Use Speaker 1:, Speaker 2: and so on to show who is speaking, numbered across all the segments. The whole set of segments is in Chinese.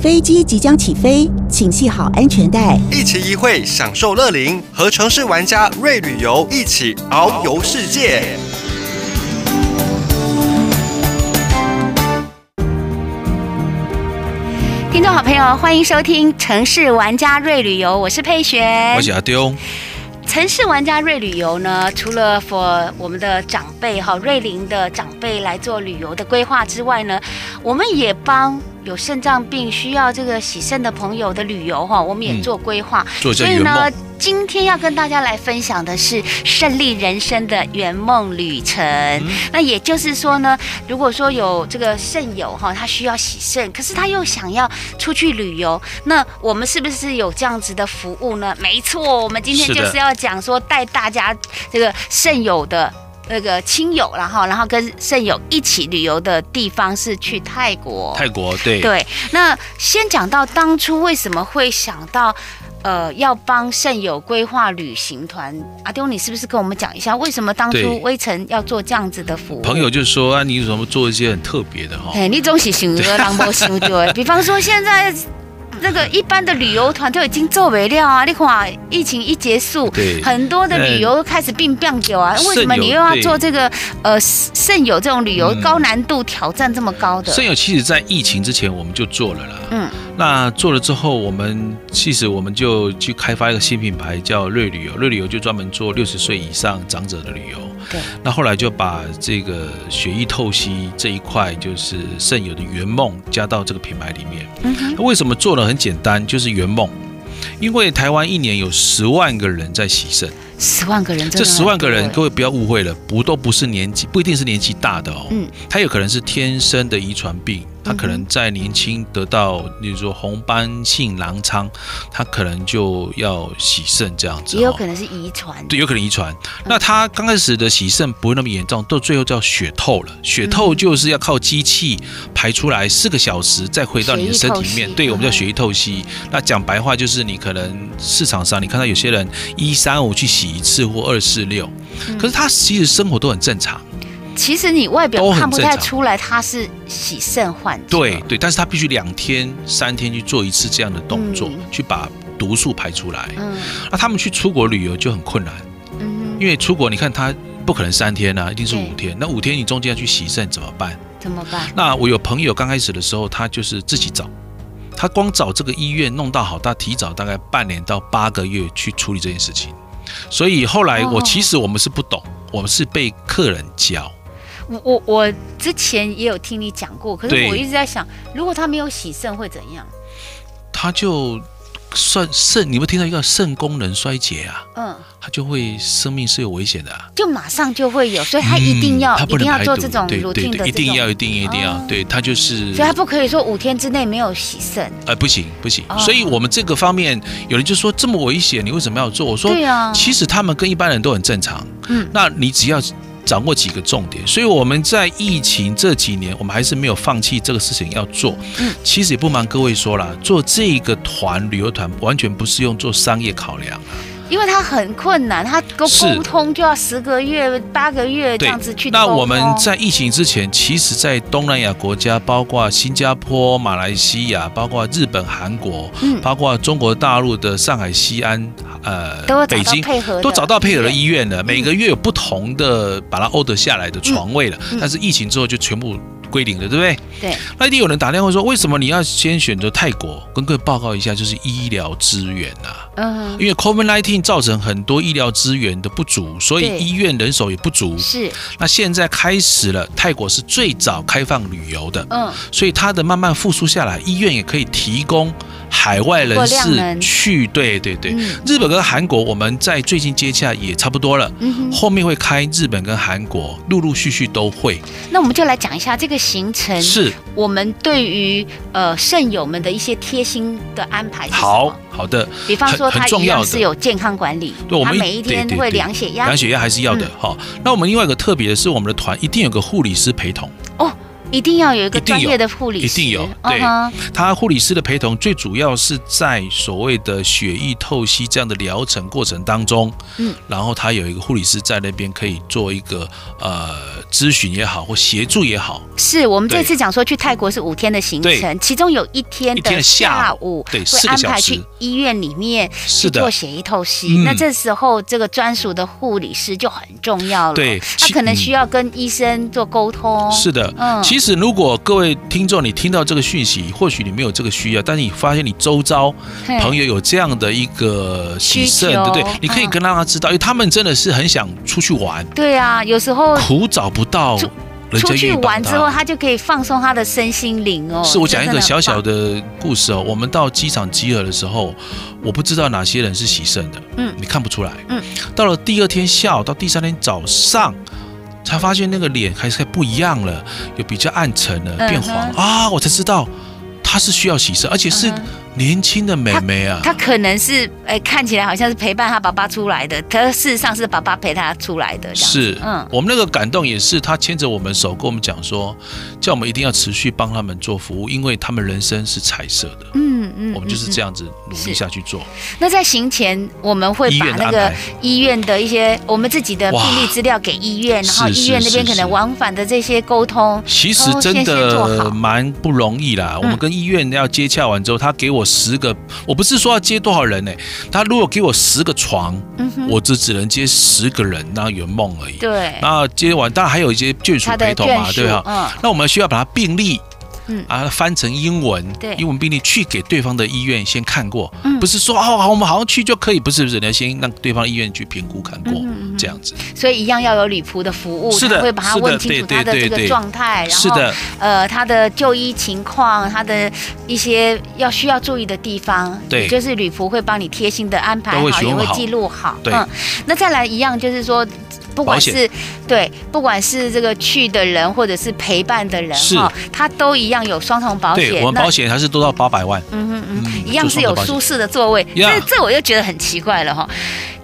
Speaker 1: 飞机即将起飞，请系好安全带。
Speaker 2: 一期一会，享受乐龄，和城市玩家瑞旅游一起遨游世界。
Speaker 3: 听众好朋友，欢迎收听《城市玩家瑞旅游》，我是佩璇，
Speaker 4: 我是阿丢。
Speaker 3: 城市玩家瑞旅游呢，除了 for 我们的长辈哈瑞林的长辈来做旅游的规划之外呢，我们也帮有肾脏病需要这个洗肾的朋友的旅游哈，我们
Speaker 4: 嗯
Speaker 3: 也做规划。
Speaker 4: 做这
Speaker 3: 所以
Speaker 4: 圆
Speaker 3: 呢
Speaker 4: 梦，
Speaker 3: 今天要跟大家来分享的是胜利人生的圆梦旅程。
Speaker 4: 嗯
Speaker 3: 那也就是说呢，如果说有这个肾友哈，他需要洗肾，可是他又想要出去旅游，那我们是不是有这样子的服务呢？没错，我们今天
Speaker 4: 是
Speaker 3: 就
Speaker 4: 的
Speaker 3: 是要讲说带大家这个肾友的。那个亲友啦，然后然后跟肾友一起旅游的地方是去泰国。
Speaker 4: 泰国对，
Speaker 3: 对，那先讲到当初为什么会想到，呃，要帮肾友规划旅行团。阿丢，你是不是跟我们讲一下，为什么当初
Speaker 4: 对
Speaker 3: 微城要做这样子的服务？
Speaker 4: 朋友就说啊，你怎么做一些很特别的哈、
Speaker 3: 嘿，你总是想个人无想到 的，比方说现在。那个一般的旅游团都已经做不了啊！你看疫情一结束，
Speaker 4: 对
Speaker 3: 很多的旅游开始病变久啊。为什么
Speaker 4: 肾友
Speaker 3: 你又要
Speaker 4: 对
Speaker 3: 做这个呃肾友这种旅游、
Speaker 4: 嗯
Speaker 3: 高难度挑战这么高的？
Speaker 4: 肾友其实在疫情之前我们就做了啦。
Speaker 3: 嗯，
Speaker 4: 那做了之后，我们其实我们就去开发一个新品牌叫瑞旅游，瑞旅游就专门做六十岁以上长者的旅游。
Speaker 3: 对，
Speaker 4: 那后来就把这个血液透析这一块，就是肾友的圆梦加到这个品牌里面。
Speaker 3: 嗯哼，
Speaker 4: 那为什么做呢？很简单，就是圆梦。因为台湾一年有十万个人在洗肾，
Speaker 3: 十万个人真的
Speaker 4: 这十万个人，
Speaker 3: 很
Speaker 4: 各
Speaker 3: 多
Speaker 4: 位不要误会了，不都不是年纪，不一定是年纪大的哦，
Speaker 3: 嗯
Speaker 4: 他有可能是天生的遗传病，他可能在年轻得到，例如说红斑性狼疮，他可能就要洗肾这样子、哦，
Speaker 3: 也有可能是遗传。
Speaker 4: 对，有可能遗传。
Speaker 3: 嗯
Speaker 4: 那他刚开始的洗肾不会那么严重，到最后叫血透了。血
Speaker 3: 嗯
Speaker 4: 透就是要靠机器排出来，四个小时再回到你的身体里
Speaker 3: 血液透
Speaker 4: 面。
Speaker 3: 析
Speaker 4: 对，我们叫
Speaker 3: 嗯
Speaker 4: 血液透析。那讲白话就是，你可能市场上你看到有些人一三五去洗一次或二四六，
Speaker 3: 嗯
Speaker 4: 可是他其实生活都很正常。
Speaker 3: 其实你外表
Speaker 4: 都很
Speaker 3: 看不
Speaker 4: 正
Speaker 3: 太
Speaker 4: 常
Speaker 3: 出来他是洗肾患者。
Speaker 4: 对对，但是他必须两天三天去做一次这样的动作，
Speaker 3: 嗯
Speaker 4: 去把毒素排出来。
Speaker 3: 嗯
Speaker 4: 那他们去出国旅游就很困难。
Speaker 3: 嗯哼，
Speaker 4: 因为出国，你看他不可能三天啊，一定是
Speaker 3: 对
Speaker 4: 五天。那五天你中间要去洗肾怎么办？
Speaker 3: 怎么办？
Speaker 4: 那我有朋友刚开始的时候，他就是自己找，他光找这个医院弄到好，他提早大概半年到八个月去处理这件事情。所以后来我
Speaker 3: 哦
Speaker 4: 其实我们是不懂，我们是被客人教。
Speaker 3: 我我我之前也有听你讲过，可是
Speaker 4: 对
Speaker 3: 我一直在想，如果他没有洗肾会怎样？
Speaker 4: 他就算肾，你有没有听到一个肾功能衰竭啊？
Speaker 3: 嗯，
Speaker 4: 他就会生命是有危险的、啊。
Speaker 3: 就马上就会有，所以他一定要、
Speaker 4: 嗯他
Speaker 3: 一
Speaker 4: 不
Speaker 3: 定
Speaker 4: 能
Speaker 3: 要
Speaker 4: 排
Speaker 3: 做
Speaker 4: 毒，
Speaker 3: 这种
Speaker 4: 对
Speaker 3: routine
Speaker 4: 对
Speaker 3: 的
Speaker 4: 对，一定要一定一定要，
Speaker 3: 哦
Speaker 4: 对他就是。
Speaker 3: 所以他不可以说五天之内没有洗肾。
Speaker 4: 呃，不行不行
Speaker 3: 哦，
Speaker 4: 所以我们这个方面，有人就说这么危险，你为什么要做？我说
Speaker 3: 对，啊，
Speaker 4: 其实他们跟一般人都很正常。
Speaker 3: 嗯，
Speaker 4: 那你只要掌握几个重点，所以我们在疫情这几年，我们还是没有放弃这个事情要做。
Speaker 3: 嗯，
Speaker 4: 其实也不瞒各位说啦，做这个团旅游团完全不是用做商业考量，
Speaker 3: 因为他很困难，他沟
Speaker 4: 是
Speaker 3: 沟通就要十个月、八个月这样子去沟
Speaker 4: 那
Speaker 3: 通。
Speaker 4: 我们在疫情之前，其实，在东南亚国家，包括新加坡、马来西亚，包括日本、韩国，
Speaker 3: 嗯
Speaker 4: 包括中国大陆的上海、西安，呃，
Speaker 3: 都有找
Speaker 4: 北
Speaker 3: 到
Speaker 4: 京。
Speaker 3: 配合的，嗯
Speaker 4: 都找到配合的
Speaker 3: 对
Speaker 4: 医院了，每个月有不同的把它 order 下来的床位了，
Speaker 3: 嗯
Speaker 4: 但是疫情之后就全部归零了，对不对？
Speaker 3: 对，
Speaker 4: 那一定有人打电话说，为什么你要先选择泰国？跟各位报告一下，就是医疗资源啊。
Speaker 3: 嗯哼，
Speaker 4: 因为 COVID-19 造成很多医疗资源的不足，所以
Speaker 3: 对
Speaker 4: 医院人手也不足。
Speaker 3: 是，
Speaker 4: 那现在开始了，泰国是最早开放旅游的，
Speaker 3: 嗯。
Speaker 4: 所以它的慢慢复苏下来，医院也可以提供海外人
Speaker 3: 过量人
Speaker 4: 士去。对对对，
Speaker 3: 嗯
Speaker 4: 日本跟韩国我们在最近接洽也差不多了。
Speaker 3: 嗯哼，
Speaker 4: 后面会开日本跟韩国，陆陆续续都会。
Speaker 3: 那我们就来讲一下这个行程，
Speaker 4: 是，
Speaker 3: 我们对于呃肾友们的一些贴心的安排是什么
Speaker 4: 好，好的，
Speaker 3: 比方说
Speaker 4: 很很
Speaker 3: 他
Speaker 4: 重
Speaker 3: 一样
Speaker 4: 要的
Speaker 3: 是有健康管理，
Speaker 4: 对我
Speaker 3: 他
Speaker 4: 们
Speaker 3: 每一天
Speaker 4: 对对
Speaker 3: 会
Speaker 4: 对
Speaker 3: 量血压
Speaker 4: 量血压还是要的
Speaker 3: 嗯
Speaker 4: 哈、那我们另外一个特别的是，我们的团一定有个护理师陪同。
Speaker 3: 哦，一定要有一个
Speaker 4: 一定
Speaker 3: 专
Speaker 4: 有
Speaker 3: 业的护理师，
Speaker 4: 一定有对
Speaker 3: 嗯哼
Speaker 4: 他护理师的陪同最主要是在所谓的血液透析这样的疗程过程当中，
Speaker 3: 嗯，
Speaker 4: 然后他有一个护理师在那边可以做一个呃咨询也好或协助也好，
Speaker 3: 是我们这
Speaker 4: 对
Speaker 3: 次讲说去泰国是五天的行程，
Speaker 4: 对
Speaker 3: 其中有一天
Speaker 4: 一天
Speaker 3: 的
Speaker 4: 的下
Speaker 3: 下午
Speaker 4: 对
Speaker 3: 会
Speaker 4: 四个
Speaker 3: 安
Speaker 4: 小
Speaker 3: 排
Speaker 4: 时
Speaker 3: 去医院里面去
Speaker 4: 是的
Speaker 3: 做，血液透析。
Speaker 4: 嗯
Speaker 3: 那这时候这个专属的护理师就很重要了，
Speaker 4: 对
Speaker 3: 他
Speaker 4: 其
Speaker 3: 可能
Speaker 4: 嗯
Speaker 3: 需要跟医生做沟通，
Speaker 4: 是的，
Speaker 3: 嗯
Speaker 4: 其实如果各位听众你听到这个讯息，或许你没有这个需要，但是你发现你周遭
Speaker 3: 嘿
Speaker 4: 朋友有这样的一个
Speaker 3: 需
Speaker 4: 喜盛，
Speaker 3: 求
Speaker 4: 对不对？你可以
Speaker 3: 嗯
Speaker 4: 跟让他知道，因为他们真的是很想出去玩，
Speaker 3: 对啊，有时候
Speaker 4: 苦找不到
Speaker 3: 出
Speaker 4: 人
Speaker 3: 出
Speaker 4: 家愿
Speaker 3: 去
Speaker 4: 意帮
Speaker 3: 玩之后，
Speaker 4: 他。
Speaker 3: 他就可以放松他的身心灵哦。
Speaker 4: 是我讲
Speaker 3: 这
Speaker 4: 一
Speaker 3: 真的
Speaker 4: 个
Speaker 3: 很
Speaker 4: 小小
Speaker 3: 棒，
Speaker 4: 的故事哦，我们到机场集合的时候，我不知道哪些人是喜盛的，
Speaker 3: 嗯
Speaker 4: 你看不出来，
Speaker 3: 嗯，
Speaker 4: 到了第二天下午到第三天早上。才发现那个脸还是不一样了，有比较暗沉了，变黄了
Speaker 3: 嗯
Speaker 4: 啊！我才知道她是需要洗肾，而且是
Speaker 3: 嗯哼
Speaker 4: 年轻的妹妹啊。
Speaker 3: 他可能是呃看起来好像是陪伴他爸爸出来的，可事实上是爸爸陪他出来的。这样子
Speaker 4: 是，
Speaker 3: 嗯，
Speaker 4: 我们那个感动也是她牵着我们手跟我们讲说，叫我们一定要持续帮他们做服务，因为他们人生是彩色的，
Speaker 3: 嗯嗯，
Speaker 4: 我们就是
Speaker 3: 嗯
Speaker 4: 这样子努
Speaker 3: 是
Speaker 4: 力下去做。
Speaker 3: 那在行前，我们会
Speaker 4: 医
Speaker 3: 把
Speaker 4: 院的
Speaker 3: 那
Speaker 4: 安
Speaker 3: 个
Speaker 4: 排
Speaker 3: 医院的一些我们自己的病
Speaker 4: 哇
Speaker 3: 历资料给医院，然
Speaker 4: 是
Speaker 3: 后医
Speaker 4: 是
Speaker 3: 院那边
Speaker 4: 是
Speaker 3: 可能
Speaker 4: 是
Speaker 3: 往返的这些沟通，
Speaker 4: 其实
Speaker 3: 哦
Speaker 4: 真
Speaker 3: 先先做好嗯
Speaker 4: 的蛮不容易啦。我们跟医院要接洽完之后，他给我十个，我不是说要接多少人呢、他如果给我十个床，
Speaker 3: 嗯哼，
Speaker 4: 我只只能接十个人，那圆梦而已。
Speaker 3: 对，
Speaker 4: 那接完，当然还有一些眷属
Speaker 3: 他的
Speaker 4: 陪同
Speaker 3: 眷
Speaker 4: 嘛，
Speaker 3: 属
Speaker 4: 对啊吧？
Speaker 3: 嗯，
Speaker 4: 那我们需要把它病历。
Speaker 3: 嗯
Speaker 4: 啊，翻成英文，
Speaker 3: 对
Speaker 4: 英文病历去给对方的医院先看过，
Speaker 3: 嗯
Speaker 4: 不是说哦，好我们好像去就可以，不是不是，你要先让对方医院去评估看
Speaker 3: 嗯
Speaker 4: 过，
Speaker 3: 哼嗯哼
Speaker 4: 这样子。
Speaker 3: 所以一样要有旅仆的服务，
Speaker 4: 是
Speaker 3: 他
Speaker 4: 的
Speaker 3: 会把他
Speaker 4: 是的
Speaker 3: 问清楚
Speaker 4: 对
Speaker 3: 他的
Speaker 4: 对
Speaker 3: 这
Speaker 4: 对
Speaker 3: 个
Speaker 4: 对
Speaker 3: 状态，哎然
Speaker 4: 是
Speaker 3: 后
Speaker 4: 的，
Speaker 3: 呃他的就医情况，他的一些要需要注意的地方，
Speaker 4: 对
Speaker 3: 也就是旅仆会帮你贴心的安排
Speaker 4: 都会
Speaker 3: 好，
Speaker 4: 询
Speaker 3: 也
Speaker 4: 问
Speaker 3: 会
Speaker 4: 好
Speaker 3: 记录好，嗯
Speaker 4: 对，
Speaker 3: 那再来一样就是说。不管
Speaker 4: 保险
Speaker 3: 是对，不管是这个去的人，或者是陪伴的人
Speaker 4: 是
Speaker 3: 哈，他都一样有双重保险。
Speaker 4: 对我们
Speaker 3: 那
Speaker 4: 保险还是多到八百万，
Speaker 3: 嗯哼嗯哼，
Speaker 4: 嗯
Speaker 3: 一样是有舒适的座位，
Speaker 4: 就
Speaker 3: 这
Speaker 4: 双人保险
Speaker 3: 这我又觉得很奇怪了哈。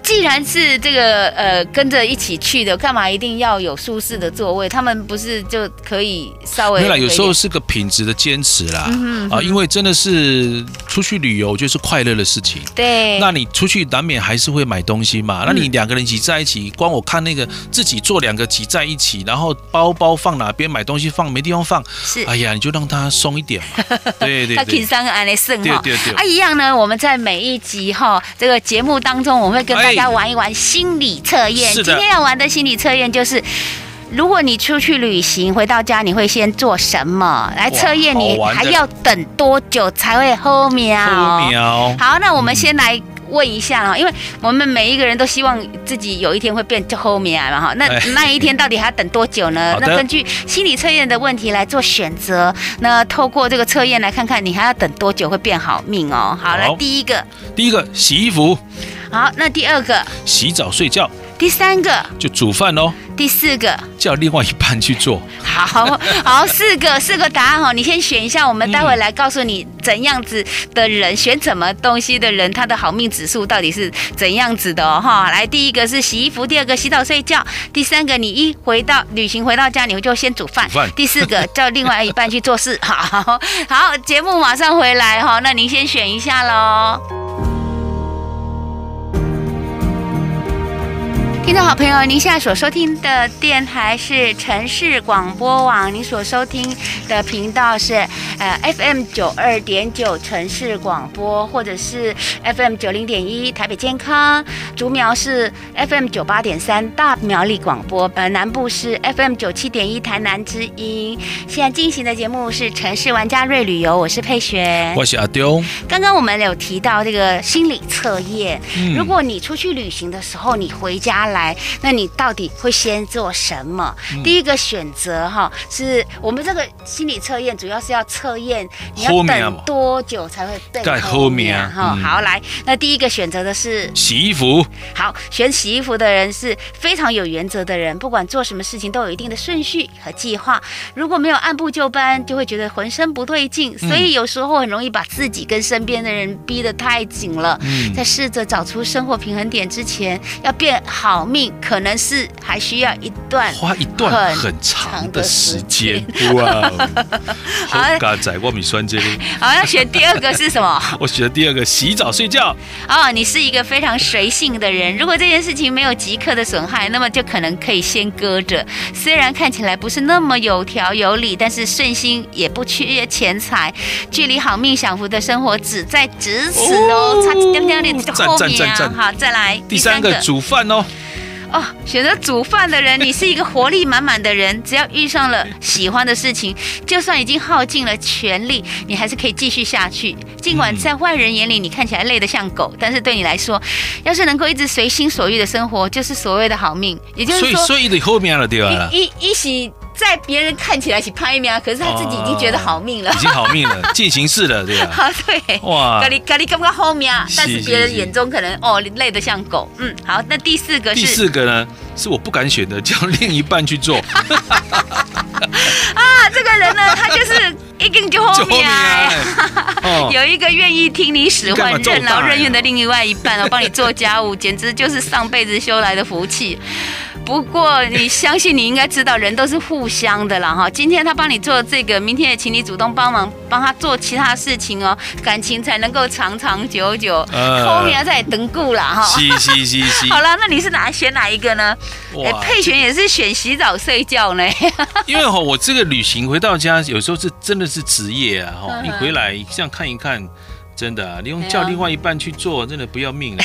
Speaker 3: 既然是这个呃跟着一起去的，干嘛一定要有舒适的座位？他们不是就可以稍微
Speaker 4: 没有啦，有时候
Speaker 3: 可以
Speaker 4: 是个品质的坚持啦，
Speaker 3: 嗯哼嗯哼
Speaker 4: 啊，因为真的是出去旅游就是快乐的事情。
Speaker 3: 对，嗯
Speaker 4: 那你出去难免还是会买东西嘛？那你两个人一起在一起，光我看那个自己做两个挤在一起，然后包包放哪边，买东西放没地方放，
Speaker 3: 是
Speaker 4: 哎呀，你就让它松 一点嘛。对对
Speaker 3: 他可以
Speaker 4: 对，
Speaker 3: 三个安来剩
Speaker 4: 对
Speaker 3: 哈。
Speaker 4: 对
Speaker 3: 啊，
Speaker 4: 对，
Speaker 3: 一样呢。我们在每一集哈这个节目当中，我们会跟大家
Speaker 4: 哎
Speaker 3: 玩一玩心理测验。
Speaker 4: 是
Speaker 3: 今
Speaker 4: 的
Speaker 3: 天要玩的心理测验就是，如果你出去旅行回到家，你会先做什么？来测验你
Speaker 4: 好玩的
Speaker 3: 还要等多久才会啊喝苗？
Speaker 4: 偷瞄，
Speaker 3: 好，那我们先来。问一下啊，因为我们每一个人都希望自己有一天会变就后面啊嘛哈，那
Speaker 4: 哎
Speaker 3: 那一天到底还要等多久呢
Speaker 4: 好？的
Speaker 3: 那根据心理测验的问题来做选择，那透过这个测验来看看你还要等多久会变好命哦。好，来
Speaker 4: 好
Speaker 3: 第一个，
Speaker 4: 第一个洗衣服、
Speaker 3: 好，那第二个，
Speaker 4: 洗澡、睡觉，
Speaker 3: 第三个，
Speaker 4: 就煮饭喽，
Speaker 3: 第四个，
Speaker 4: 叫另外一半去做。
Speaker 3: 好好四个四个答案哦，你先选一下，我们待会来告诉你怎样子的人、选什么东西的人，他的好命指数到底是怎样子的哦哈。来，第一个是洗衣服，第二个洗澡睡觉，第三个你一回到旅行回到家，你就先煮饭，
Speaker 4: 煮饭
Speaker 3: 第四个叫另外一半去做事。好好，节目马上回来哈、那您先选一下喽。听众好朋友，您现在所收听的电台是城市广播网，您所收听的频道是呃 FM 九二点九城市广播，或者是 FM 九零点一台北健康，竹苗是 FM 九八点三大苗栗广播，呃南部是 FM 九七点一台南之音。现在进行的节目是城市玩家瑞旅游，我是佩璇。
Speaker 4: 我是阿丢，
Speaker 3: 刚刚我们有提到这个心理测验，
Speaker 4: 嗯
Speaker 3: 如果你出去旅行的时候，你回家来，那你到底会先
Speaker 4: 嗯
Speaker 3: 做什么？第一个选择哈，是我们这个心理测验主要是要测测验，你
Speaker 4: 好
Speaker 3: 要
Speaker 4: 命啊
Speaker 3: 等多久才会对
Speaker 4: 该好命啊
Speaker 3: 哈、
Speaker 4: 嗯
Speaker 3: 好，来，那第一个选择的是
Speaker 4: 洗衣服，
Speaker 3: 好，选洗衣服的人是非常有原则的人，不管做什么事情都有一定的顺序和计划。如果没有按部就班，就会觉得浑身不对劲，
Speaker 4: 嗯
Speaker 3: 所以有时候很容易把自己跟身边的人逼得太紧了。
Speaker 4: 嗯
Speaker 3: 在，试着找出生活平衡点之前，要变好命，可能是还需要一段。
Speaker 4: 花一段
Speaker 3: 很
Speaker 4: 很长
Speaker 3: 长
Speaker 4: 的
Speaker 3: 的
Speaker 4: 时
Speaker 3: 时
Speaker 4: 间。哇哦， 好
Speaker 3: 哎
Speaker 4: 嘎仔，我米酸这里，
Speaker 3: 好，要选第二个是什么？
Speaker 4: 我选的第二个洗澡睡觉，
Speaker 3: 哦，你是一个非常随性的人。如果这件事情没有即刻的损害，那么就可能可以先搁着。虽然看起来不是那么有条有理，但是顺心也不缺钱财，距离好命享福的生活只在咫尺哦
Speaker 4: 哦，
Speaker 3: 差一点点的
Speaker 4: 赞
Speaker 3: 后
Speaker 4: 赞
Speaker 3: 面
Speaker 4: 赞
Speaker 3: 啊
Speaker 4: 赞。
Speaker 3: 好，再来
Speaker 4: 第三个煮饭哦，
Speaker 3: 哦，选择煮饭的人，你是一个活力满满的人。只要遇上了喜欢的事情，就算已经耗尽了全力，你还是可以继续下去。尽管
Speaker 4: 嗯
Speaker 3: 在外人眼里你看起来累得像狗，但是对你来说，要是能够一直随心所欲的生活，就是所谓的好命。也就是
Speaker 4: 所以
Speaker 3: 说，
Speaker 4: 所以的后面了对吧？
Speaker 3: 一一一起在别人看起来是拍命，啊可是他自己已经
Speaker 4: 哦
Speaker 3: 觉得好命了
Speaker 4: 已。经好 命了，进行式了对吧？
Speaker 3: 啊，对。
Speaker 4: 哇
Speaker 3: 咖，喱咖喱刚刚后面，啊但是
Speaker 4: 是
Speaker 3: 别人
Speaker 4: 是
Speaker 3: 眼中可能哦累得像狗。嗯，好，那第四个是
Speaker 4: 第四个呢是我不敢选的，叫另一半去 做，
Speaker 3: 啊，这个人呢，他就是一定就后
Speaker 4: 救命
Speaker 3: 面
Speaker 4: 啊
Speaker 3: 啊。！
Speaker 4: 哦
Speaker 3: 有一个愿意听你使
Speaker 4: 你干嘛
Speaker 3: 唤、
Speaker 4: 这么
Speaker 3: 任劳
Speaker 4: 大呀
Speaker 3: 任怨的另外一半哦，帮你做家务，简直就是上辈子修来的福气。不过，你相信你应该知道，人都是互相的啦哈。今天他帮你做这个，明天也请你主动帮忙帮他做其他事情哦，感情才能够长长久久。
Speaker 4: 呃
Speaker 3: 后面再等顾啦哈。
Speaker 4: 是是是是，
Speaker 3: 好啦，那你是哪选哪一个呢？哎，
Speaker 4: 哇，
Speaker 3: 佩璇也是选洗澡睡觉呢。
Speaker 4: 因为哈，我这个旅行回到家，有时候是真的是职业啊，哈，
Speaker 3: 嗯
Speaker 4: 一回来这样看一看，真的、啊，你用叫
Speaker 3: 对啊
Speaker 4: 另外一半去做，真的不要命了。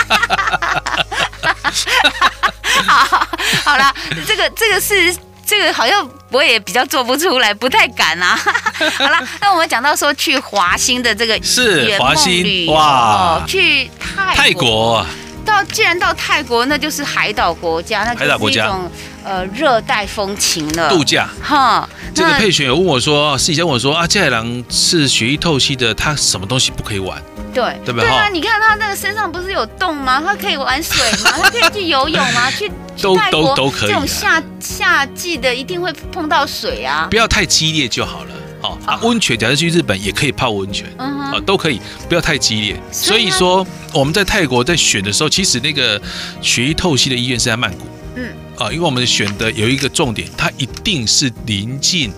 Speaker 3: 好，好啦，这个这个是。这个好像我也比较做不出来，不太敢啊。 好啦，那我们讲到说去华兴的这个
Speaker 4: 是
Speaker 3: 圆
Speaker 4: 华
Speaker 3: 梦
Speaker 4: 兴
Speaker 3: 旅游
Speaker 4: 哇
Speaker 3: 哦去泰
Speaker 4: 泰国啊，
Speaker 3: 到既然到泰国，那就是海岛国家，那
Speaker 4: 海岛
Speaker 3: 就
Speaker 4: 国
Speaker 3: 是一
Speaker 4: 家
Speaker 3: 种呃热带风情了。
Speaker 4: 度假。
Speaker 3: 哈，
Speaker 4: 这个
Speaker 3: 那
Speaker 4: 佩璇有问我说，私底下问我说啊，这海狼是血液透析的，他什么东西不可以玩？
Speaker 3: 对
Speaker 4: 对吧
Speaker 3: 啊，
Speaker 4: 哈
Speaker 3: 你看他那个身上不是有洞吗？他可以玩水 吗？他可以去游泳吗？去去
Speaker 4: 都
Speaker 3: 泰国
Speaker 4: 都都可以
Speaker 3: 这
Speaker 4: 啊
Speaker 3: 种夏夏季的一定会碰到水啊。
Speaker 4: 不要太激烈就好了。好、啊，温泉，假如去日本也可以泡温泉。
Speaker 3: 嗯哼
Speaker 4: 啊，都可以，不要太激烈。所
Speaker 3: 所以
Speaker 4: 以
Speaker 3: 呢
Speaker 4: 说，我们在泰国在选的时候，其实那个血液透析的医院是在曼谷。
Speaker 3: 嗯，
Speaker 4: 啊，因为我们选的有一个重点，它一定是临近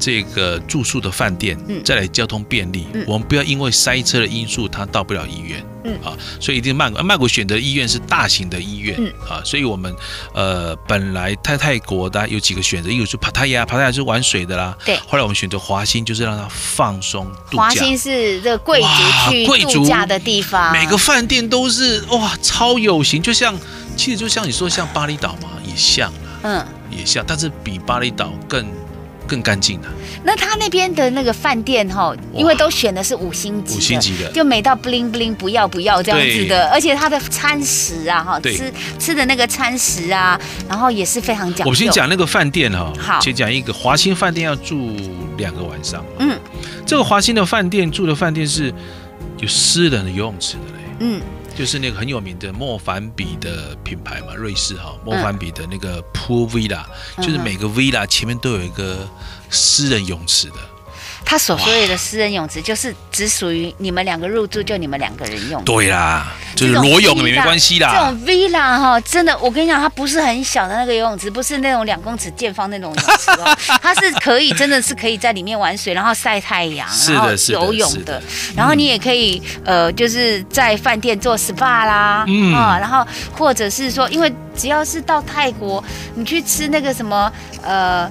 Speaker 4: 这个住宿的饭店，
Speaker 3: 嗯
Speaker 4: 再来交通便利。
Speaker 3: 嗯
Speaker 4: 我们不要因为塞车的因素，它到不了医院。
Speaker 3: 嗯
Speaker 4: 啊，所以一定曼谷，啊曼谷选的医院是大型的医院。
Speaker 3: 嗯
Speaker 4: 啊，所以我们呃本来泰泰国的啊有几个选择，一个是帕塔亚，帕塔亚是玩水的啦。
Speaker 3: 对
Speaker 4: 后来我们选择华兴，就是让它放松度假。
Speaker 3: 华兴是这个贵
Speaker 4: 哇
Speaker 3: 族去
Speaker 4: 贵族
Speaker 3: 度假的地方，
Speaker 4: 每个饭店都是哇超有型，就像其实就像你说像巴厘岛嘛，也像啦，
Speaker 3: 嗯，
Speaker 4: 也像，但是比巴厘岛更更干净啊啦，
Speaker 3: 那他那边的那个饭店哈，因为都选的是五星级的，
Speaker 4: 五星级的
Speaker 3: 就美到 bling bling 不要不要这样子的，而且他的餐食啊哈，
Speaker 4: 对
Speaker 3: 吃吃的那个餐食啊，然后也是非常讲究。
Speaker 4: 我们先讲那个饭店哈、
Speaker 3: 好
Speaker 4: 先讲一个华兴饭店要住两个晚上，
Speaker 3: 嗯，
Speaker 4: 这个华兴的饭店住的饭店是有私人的游泳池的嘞。
Speaker 3: 嗯
Speaker 4: 就是那个很有名的莫凡比的品牌嘛，瑞士
Speaker 3: 嗯
Speaker 4: 哈，莫凡比的那个 Pool Villa，、就是每个 Villa 前面都有一个私人泳池的，
Speaker 3: 他所说的私人泳池就是只属于你们两个入住，就你们两个人用。
Speaker 4: 对啦，就是
Speaker 3: 这种
Speaker 4: 裸泳也
Speaker 3: villa-
Speaker 4: 没关系啦。
Speaker 3: 这种 villa 哈，真的，我跟你讲，它不是很小的那个游泳池，不是那种两公尺见方那种泳池哦， 它是可以，真的是可以在里面玩水，然后晒太阳，
Speaker 4: 是的
Speaker 3: 然后
Speaker 4: 是的
Speaker 3: 游泳
Speaker 4: 是的
Speaker 3: 然后你也可以呃，就是在饭店做 SPA 啦，
Speaker 4: 嗯
Speaker 3: 啊，然后或者是说，因为只要是到泰国，你去吃那个什么呃。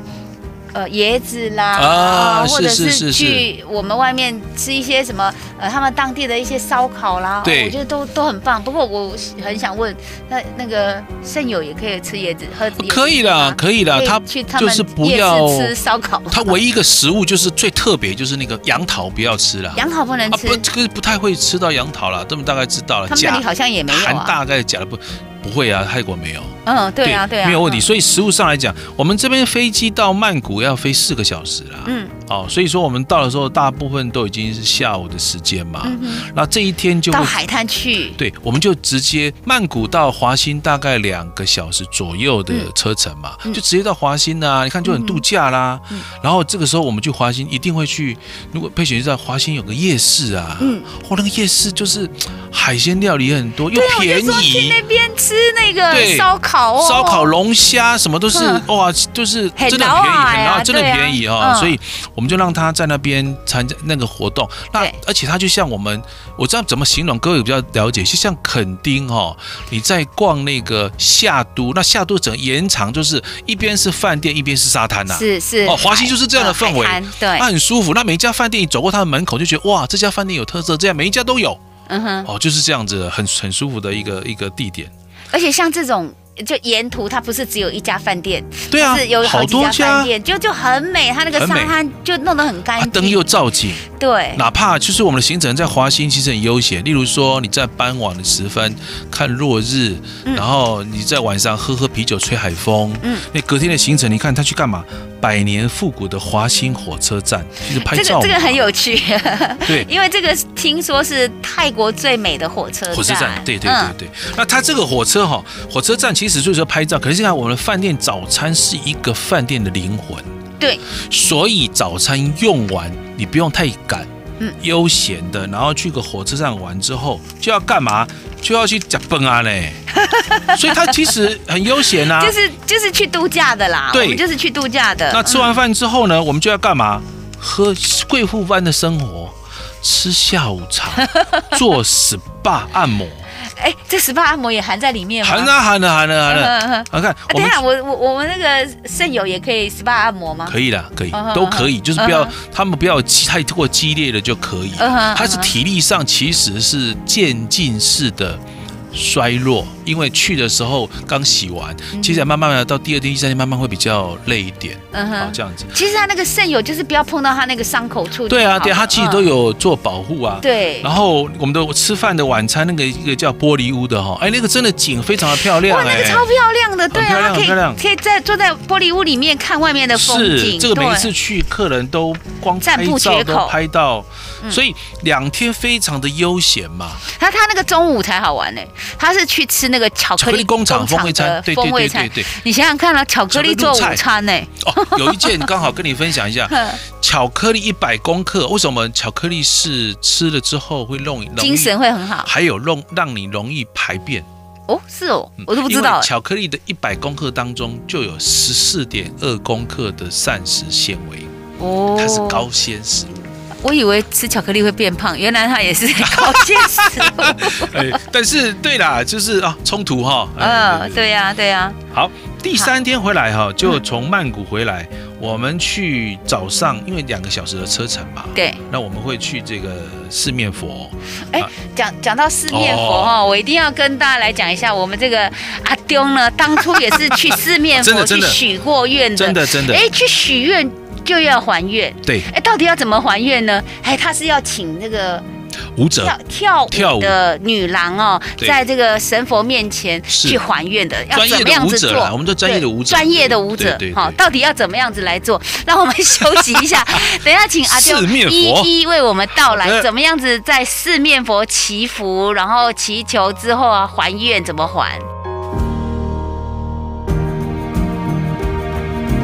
Speaker 3: 呃，椰子啦，
Speaker 4: 啊
Speaker 3: 或者
Speaker 4: 是是是是
Speaker 3: 去我们外面吃一些什么，呃，他们当地的一些烧烤啦，
Speaker 4: 对
Speaker 3: 我觉得都都很棒。不过我很想问，那那个肾友也可以吃椰子，喝椰子
Speaker 4: 呃可以啦
Speaker 3: 吗，
Speaker 4: 可以啦，
Speaker 3: 啊可以
Speaker 4: 它
Speaker 3: 去他
Speaker 4: 就
Speaker 3: 们
Speaker 4: 是不
Speaker 3: 夜
Speaker 4: 要
Speaker 3: 市吃烧烤吗，
Speaker 4: 它唯一一个食物就是最特别，就是那个杨桃不要吃 啦。
Speaker 3: 杨桃不能
Speaker 4: 啊
Speaker 3: 吃
Speaker 4: 不，，这个不太会吃到杨桃啦，这么大概知道了。
Speaker 3: 他们那里好像也没有
Speaker 4: 含
Speaker 3: 啊。
Speaker 4: 大概假的不不会啊，泰国没有，
Speaker 3: 嗯，对啊，对啊，
Speaker 4: 没有问题。
Speaker 3: 嗯
Speaker 4: 所以实物上来讲，我们这边飞机到曼谷要飞四个小时啦。
Speaker 3: 嗯，
Speaker 4: 哦，所以说我们到的时候，大部分都已经是下午的时间嘛。
Speaker 3: 嗯哼，
Speaker 4: 那这一天就会
Speaker 3: 到海滩去，
Speaker 4: 对，我们就直接曼谷到华新大概两个小时左右的
Speaker 3: 嗯
Speaker 4: 车程嘛，就直接到华新啦、你看就很度假啦。
Speaker 3: 嗯
Speaker 4: 然后这个时候我们去华新一定会去，如果佩雪知道华新有个夜市啊，
Speaker 3: 嗯
Speaker 4: 哦，那个夜市就是海鲜料理也很多，又
Speaker 3: 对啊，我
Speaker 4: 便
Speaker 3: 就说去
Speaker 4: 宜。
Speaker 3: 那边吃那个
Speaker 4: 对
Speaker 3: 烧烤哦，
Speaker 4: 烧烤、龙虾什么都是
Speaker 3: 嗯
Speaker 4: 哇，就是
Speaker 3: 很
Speaker 4: 真的
Speaker 3: 老
Speaker 4: 很便宜，
Speaker 3: 啊
Speaker 4: 很
Speaker 3: 呀
Speaker 4: 真的
Speaker 3: 对啊
Speaker 4: 便宜哦。
Speaker 3: 嗯
Speaker 4: 所以我们就让他在那边参加那个活动。那
Speaker 3: 对
Speaker 4: 而且他就像我们，我知道怎么形容，各位比较了解，就像垦丁哦，你在逛那个夏都，那夏都整个延长就是一边是饭店，一边是沙滩呐、
Speaker 3: 是是，
Speaker 4: 哦，华西就是这样的
Speaker 3: 海
Speaker 4: 氛围，
Speaker 3: 海滩对
Speaker 4: 那，很舒服。那每一家饭店，你走过他的门口就觉得哇，这家饭店有特色，这样每一家都有
Speaker 3: 嗯哼，
Speaker 4: 哦，就是这样子，很很舒服的一个一个地点。
Speaker 3: 而且像这种。就沿途它不是只有一家饭店，
Speaker 4: 对啊
Speaker 3: 是有，好
Speaker 4: 好
Speaker 3: 几
Speaker 4: 多
Speaker 3: 家
Speaker 4: 家
Speaker 3: 饭店，就就很美，它那个
Speaker 4: 很
Speaker 3: 沙
Speaker 4: 美
Speaker 3: 滩就弄得很干
Speaker 4: 啊，
Speaker 3: 净，
Speaker 4: 灯又照景，
Speaker 3: 对，
Speaker 4: 哪怕就是我们的行程在华新其实很悠闲，例如说你在傍晚的时分看落日，然后你在晚上喝喝啤酒吹海风，
Speaker 3: 嗯
Speaker 4: 嗯，那隔天的行程你看他去干嘛？百年复古的华新火车站，就是拍
Speaker 3: 这
Speaker 4: 照
Speaker 3: 个
Speaker 4: 嘛，
Speaker 3: 这个很有趣，
Speaker 4: 对。
Speaker 3: 因为这个听说是泰国最美的火车站，嗯
Speaker 4: 火车站，对对对对。那它这个火车哈，火车站其实就是说拍照，可是现在我们的饭店早餐是一个饭店的灵魂，
Speaker 3: 对，
Speaker 4: 所以早餐用完，你不用太赶，
Speaker 3: 嗯
Speaker 4: 悠闲的，然后去个火车站玩之后，就要干嘛？就要去吃饭 啊嘞。所以它其实很悠闲啊。
Speaker 3: 就是嗯就是去度假的啦，
Speaker 4: 对
Speaker 3: 我们就是去度假的。
Speaker 4: 那吃完饭之后呢，我们就要干嘛？喝贵妇般的生活，吃下午 茶，做 SPA 按摩，
Speaker 3: 哎，这 SPA 按摩也含在里面吗？
Speaker 4: 含啊含了含了含了。
Speaker 3: 嗯。嗯嗯
Speaker 4: 啊，看
Speaker 3: 啊
Speaker 4: 我
Speaker 3: 等一
Speaker 4: 们
Speaker 3: 下，我我我们那个肾友也可以 SPA 按摩吗？
Speaker 4: 可以啦，可以
Speaker 3: 嗯哼
Speaker 4: 都可以，就是不
Speaker 3: 嗯
Speaker 4: 要
Speaker 3: 哼
Speaker 4: 他们不要激太过激烈的就可以
Speaker 3: 嗯哼。
Speaker 4: 它
Speaker 3: 嗯
Speaker 4: 是
Speaker 3: 哼
Speaker 4: 体力上其实是渐进式的。衰弱，因为去的时候刚洗完，
Speaker 3: 嗯
Speaker 4: 接下来慢慢的到第二天、第三天，慢慢会比较累一点，
Speaker 3: 嗯
Speaker 4: 好
Speaker 3: 哼。
Speaker 4: 这样子。
Speaker 3: 其实他那个肾友就是不要碰到他那个伤口处就好了。
Speaker 4: 对啊，对啊，它其实都
Speaker 3: 嗯。
Speaker 4: 有做保护啊。。
Speaker 3: 对。
Speaker 4: 然后我们的吃饭的晚餐那个一个叫玻璃屋的哈，哎，那个真的景非常的漂亮
Speaker 3: 哇，
Speaker 4: 哎
Speaker 3: 那个，超漂亮的，对啊，
Speaker 4: 很漂亮
Speaker 3: 可
Speaker 4: 很漂亮
Speaker 3: 以可以在坐在玻璃屋里面看外面的风景。
Speaker 4: 是这个每一
Speaker 3: 对
Speaker 4: 次去，客人都光
Speaker 3: 赞
Speaker 4: 拍
Speaker 3: 不绝
Speaker 4: 照
Speaker 3: 口
Speaker 4: 都拍到，
Speaker 3: 嗯
Speaker 4: 所以两天非常的悠闲嘛。
Speaker 3: 他他那个中午才好玩呢、他是去吃那个巧克
Speaker 4: 巧克
Speaker 3: 力
Speaker 4: 力工厂风味
Speaker 3: 的
Speaker 4: 餐，对
Speaker 3: 风
Speaker 4: 对
Speaker 3: 味
Speaker 4: 对
Speaker 3: 餐
Speaker 4: 对。对。
Speaker 3: 你想想看啊，巧克力做
Speaker 4: 巧
Speaker 3: 午
Speaker 4: 克力入菜
Speaker 3: 餐欸呢、，
Speaker 4: 哦，有一件刚好跟你分享一 下
Speaker 3: 哼
Speaker 4: 巧克力一百公克，为什么巧克力是吃了之后会容易
Speaker 3: 精神，会很好
Speaker 4: 还有容让你容易排便？
Speaker 3: 哦，是哦
Speaker 4: 嗯，
Speaker 3: 我都不知道
Speaker 4: 因
Speaker 3: 欸、
Speaker 4: 为巧克力的一百公克当中就有十四点二公克的膳食纤维，
Speaker 3: 哦，
Speaker 4: 它是高纤食物。
Speaker 3: 我以为吃巧克力会变胖，原来它也是高 纤食物。
Speaker 4: 哎，但是对啦，就是啊，冲突哈。 哎
Speaker 3: 嗯，。对呀、对呀、
Speaker 4: 好，第三天回来哈，就从曼谷回来，
Speaker 3: 嗯
Speaker 4: 我们去早上，因为两个小时的车程嘛。
Speaker 3: 对。
Speaker 4: 那我们会去这个四面佛，
Speaker 3: 哎
Speaker 4: 啊，
Speaker 3: 讲讲到四面佛
Speaker 4: 哦
Speaker 3: 哈、哦，我一定要跟大家来讲一下，我们这个阿丢 呢，当初也是去四面
Speaker 4: 真
Speaker 3: 佛
Speaker 4: 的
Speaker 3: 去
Speaker 4: 真的
Speaker 3: 许过愿的，
Speaker 4: 真的真的，
Speaker 3: 哎，去许愿就要还愿。
Speaker 4: 对，
Speaker 3: 哎，到底要怎么还愿呢？哎，他是要请那个
Speaker 4: 舞者
Speaker 3: 跳跳
Speaker 4: 跳
Speaker 3: 舞
Speaker 4: 舞
Speaker 3: 的女郎哦，
Speaker 4: 对
Speaker 3: 在这个神佛面前
Speaker 4: 是
Speaker 3: 去还愿的，要
Speaker 4: 专
Speaker 3: 怎
Speaker 4: 业
Speaker 3: 么
Speaker 4: 的
Speaker 3: 样
Speaker 4: 舞
Speaker 3: 子
Speaker 4: 者
Speaker 3: 做
Speaker 4: 啦，？我们叫专业的舞者，
Speaker 3: 专业的舞者
Speaker 4: 对，对
Speaker 3: 好，
Speaker 4: 对
Speaker 3: 到底要怎么样子来做？让我们休息一 下，等一下请阿丢
Speaker 4: 四面佛
Speaker 3: 一一为我们道
Speaker 4: 好
Speaker 3: 来，
Speaker 4: 的
Speaker 3: 怎么样子在四面佛祈福，然后祈求之后啊还愿怎么还？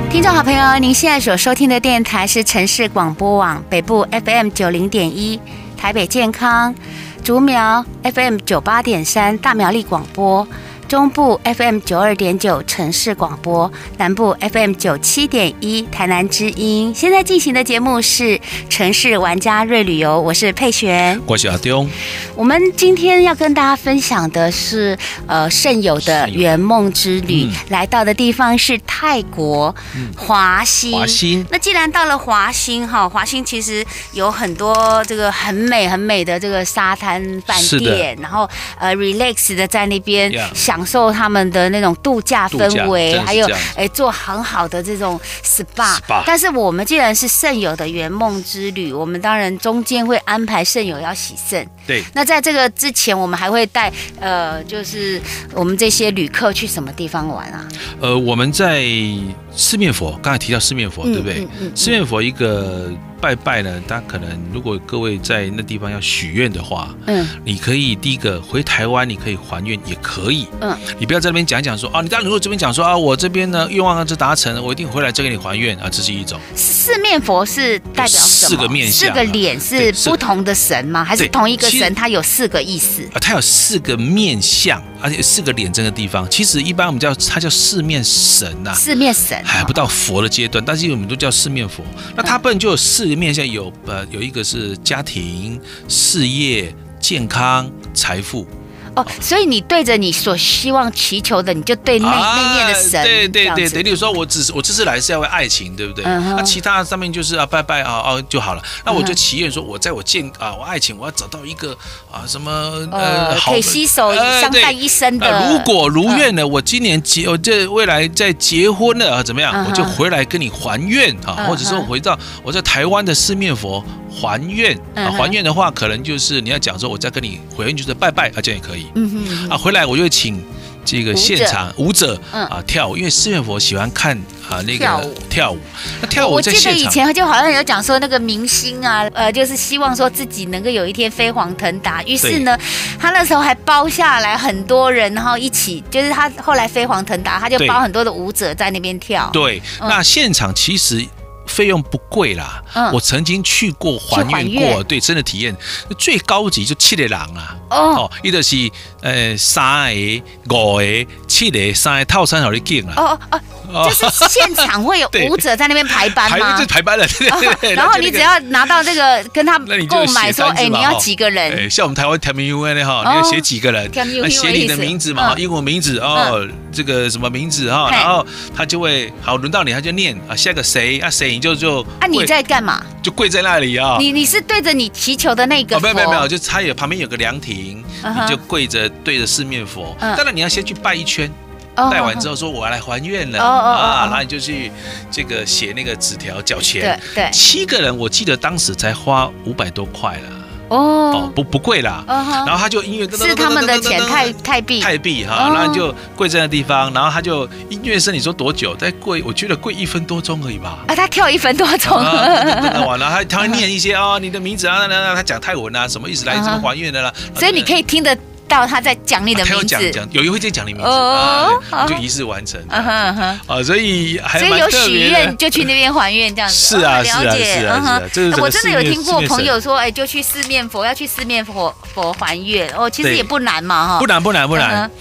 Speaker 3: 听众好朋友，您现在所收听的电台是城市广播网北部 FM 九零点一，台北健康竹苗 FM 九八点三大苗栗广播，中部 FM 九二点九城市广播，南部 FM 九七点一台南之音。现在进行的节目是《城市玩家瑞旅游》，我是佩璇。
Speaker 4: 我是阿丢，
Speaker 3: 我们今天要跟大家分享的是，呃，圣友的
Speaker 4: 圣友
Speaker 3: 圆梦之旅，
Speaker 4: 嗯
Speaker 3: 来到的地方是泰国华西。
Speaker 4: 华兴
Speaker 3: 那既然到了华兴哈，华兴其实有很多这个很美很美的这个沙滩饭
Speaker 4: 是的
Speaker 3: 店，然后呃 relax 的在那边
Speaker 4: Yeah
Speaker 3: 享享受他们的那种度假
Speaker 4: 度假
Speaker 3: 氛围，
Speaker 4: 真的是
Speaker 3: 还有
Speaker 4: 这样子
Speaker 3: 哎做很好的这种 SPA。
Speaker 4: SPA
Speaker 3: 但是我们既然是圣友的圆梦之旅，我们当然中间会安排圣友要洗肾。
Speaker 4: 对，
Speaker 3: 那在这个之前，我们还会带呃，就是我们这些旅客去什么地方玩啊？
Speaker 4: 呃，我们在四面佛，刚才提到四面
Speaker 3: 嗯
Speaker 4: 佛，对不对？四面佛一个拜拜呢，它可能如果各位在那地方要许愿的话，
Speaker 3: 嗯，
Speaker 4: 你可以第一个回台湾，你可以还愿，也可以，
Speaker 3: 嗯，
Speaker 4: 你不要在那边讲一讲说啊，你当然如果这边讲说啊，我这边呢愿望是达成了，我一定回来再给你还愿啊，这是一种。
Speaker 3: 四面佛是代表什么？
Speaker 4: 四个面
Speaker 3: 四
Speaker 4: 相啊
Speaker 3: 个脸是
Speaker 4: 对是
Speaker 3: 不同的神吗？还是
Speaker 4: 对
Speaker 3: 同一个
Speaker 4: 其实
Speaker 3: 神，它有四个意思？
Speaker 4: 啊，它有四个面相，而且四个脸这个地方，其实一般我们叫它叫四面神呐、哎
Speaker 3: 四面神啊、
Speaker 4: 还不到佛的阶段，但是我们都叫四面佛。那它本就有四个面向，有呃有一个是家庭、事业、健康、财富。
Speaker 3: 哦，所以你对着你所希望祈求的，你就对内、内面的神，
Speaker 4: 啊
Speaker 3: 这
Speaker 4: 对对对
Speaker 3: 样子
Speaker 4: 对，例如说我只是我这次来是要为爱情，对不对？那、
Speaker 3: 嗯哼嗯
Speaker 4: 其他上面就是啊拜拜啊啊就好了。那我就祈愿说，我在我健啊我爱情，我要找到一个啊什么
Speaker 3: 呃，
Speaker 4: 好
Speaker 3: 可以携手
Speaker 4: 呃
Speaker 3: 相
Speaker 4: 对
Speaker 3: 伴一生的。啊
Speaker 4: 呃，如果如愿呢，我今年结，我这未来在结婚了啊，怎么样？
Speaker 3: 嗯哼
Speaker 4: 我就回来跟你还愿啊，
Speaker 3: 嗯
Speaker 4: 或者说
Speaker 3: 哼
Speaker 4: 回到我在台湾的四面佛还愿啊，
Speaker 3: 嗯哼
Speaker 4: 还愿的话，可能就是你要讲说，我再跟你回应就是拜拜啊，这样也可以
Speaker 3: 嗯哼，嗯哼
Speaker 4: 啊。回来我就会请这个
Speaker 3: 舞者
Speaker 4: 现场舞者
Speaker 3: 嗯
Speaker 4: 啊跳舞，因为四面佛喜欢看啊那
Speaker 3: 跳
Speaker 4: 个
Speaker 3: 舞
Speaker 4: 跳舞，那跳舞
Speaker 3: 我
Speaker 4: 哦在
Speaker 3: 记得
Speaker 4: 现
Speaker 3: 以
Speaker 4: 场。
Speaker 3: 前就好像有讲说那个明星啊，呃，就是希望说自己能够有一天飞黄腾达，于是呢，他那时候还包下来很多人，然后一起，就是他后来飞黄腾达，他就
Speaker 4: 对
Speaker 3: 包很多的舞者在那边跳。
Speaker 4: 对，
Speaker 3: 嗯
Speaker 4: 那现场其实。费用不贵啦，
Speaker 3: 嗯
Speaker 4: 我曾经去过还
Speaker 3: 去还
Speaker 4: 愿过，
Speaker 3: 愿
Speaker 4: 对，真的体验最高级就七个人啊，
Speaker 3: 哦
Speaker 4: 哦，伊就是呃三个、五个、七个、三个套餐好你敬啊啦，
Speaker 3: 哦哦哦，就是现场会有
Speaker 4: 对
Speaker 3: 舞者在那边排班
Speaker 4: 排
Speaker 3: 吗 哦
Speaker 4: 就？排班了，对对对。
Speaker 3: 然后你
Speaker 4: 那就那个
Speaker 3: 只要拿到这个跟他
Speaker 4: 那你就
Speaker 3: 购买说，
Speaker 4: 写单子
Speaker 3: 哎，
Speaker 4: 嘛
Speaker 3: 你要几个
Speaker 4: 哎，
Speaker 3: 人？
Speaker 4: 像我们台湾 Tam U N 哈，
Speaker 3: 哦
Speaker 4: 你要写几个人
Speaker 3: 填，名
Speaker 4: 那写你的
Speaker 3: 意思
Speaker 4: 名字嘛，哈
Speaker 3: 嗯
Speaker 4: 英文名字哦，这个什么名字哈，
Speaker 3: 嘿
Speaker 4: 然后他就会好轮到你，他就念啊，下个谁啊谁你就就
Speaker 3: 啊，你
Speaker 4: 跪
Speaker 3: 在干嘛？
Speaker 4: 就跪在那里啊，
Speaker 3: 你你是对着你祈求的那个
Speaker 4: 哦，
Speaker 3: 佛？
Speaker 4: 没有没有没有，就它有旁边有个凉亭，
Speaker 3: 嗯哼
Speaker 4: 你就跪着对着四面佛。
Speaker 3: 嗯
Speaker 4: 当然你要先去拜一圈，
Speaker 3: 哦
Speaker 4: 拜完之后说我要来还愿了
Speaker 3: 哦哦哦
Speaker 4: 啊
Speaker 3: 哦，
Speaker 4: 然后你就去这个写那个纸条缴
Speaker 3: 对
Speaker 4: 钱。
Speaker 3: 对
Speaker 4: 七个人我记得当时才花五百多块了，哦
Speaker 3: 哦，
Speaker 4: 不不贵啦。
Speaker 3: 嗯哼
Speaker 4: 然后他就因为噔噔噔噔噔噔噔
Speaker 3: 是他们的钱泰泰币。
Speaker 4: 泰币哈，
Speaker 3: 哦
Speaker 4: 然后你就跪在那地方，然后他就音乐声，你说多久？再跪，我觉得跪一分多钟而已吧。
Speaker 3: 啊，他跳一分多钟，
Speaker 4: 啊，等等完了，他他会念一些哦，你的名字啊，那那那他讲泰文啊，什么意思来
Speaker 3: 啊
Speaker 4: 什
Speaker 3: 哈
Speaker 4: 么还愿的啦，
Speaker 3: 所以你可以听得到他在讲你
Speaker 4: 以
Speaker 3: 的
Speaker 4: 啊他
Speaker 3: 名
Speaker 4: 有讲
Speaker 3: 字。
Speaker 4: 讲，有一会再讲你名字啊
Speaker 3: 哦，
Speaker 4: 对就仪式完成
Speaker 3: 嗯哼
Speaker 4: 啊，
Speaker 3: 嗯哼
Speaker 4: 所以还
Speaker 3: 所以
Speaker 4: 蛮
Speaker 3: 有
Speaker 4: 特
Speaker 3: 许
Speaker 4: 别的
Speaker 3: 愿就去那边还愿这样子，
Speaker 4: 是啊
Speaker 3: 哦
Speaker 4: 是啊
Speaker 3: 了解
Speaker 4: 是啊
Speaker 3: 嗯哼
Speaker 4: 是啊这是整个
Speaker 3: 我真的有
Speaker 4: 四面
Speaker 3: 听过
Speaker 4: 四面
Speaker 3: 朋友说，哎，就去四面佛，要去四面佛佛还愿，哦，其实
Speaker 4: 对
Speaker 3: 也不难嘛，哈，
Speaker 4: 不然不然不
Speaker 3: 嗯
Speaker 4: 然
Speaker 3: 哼，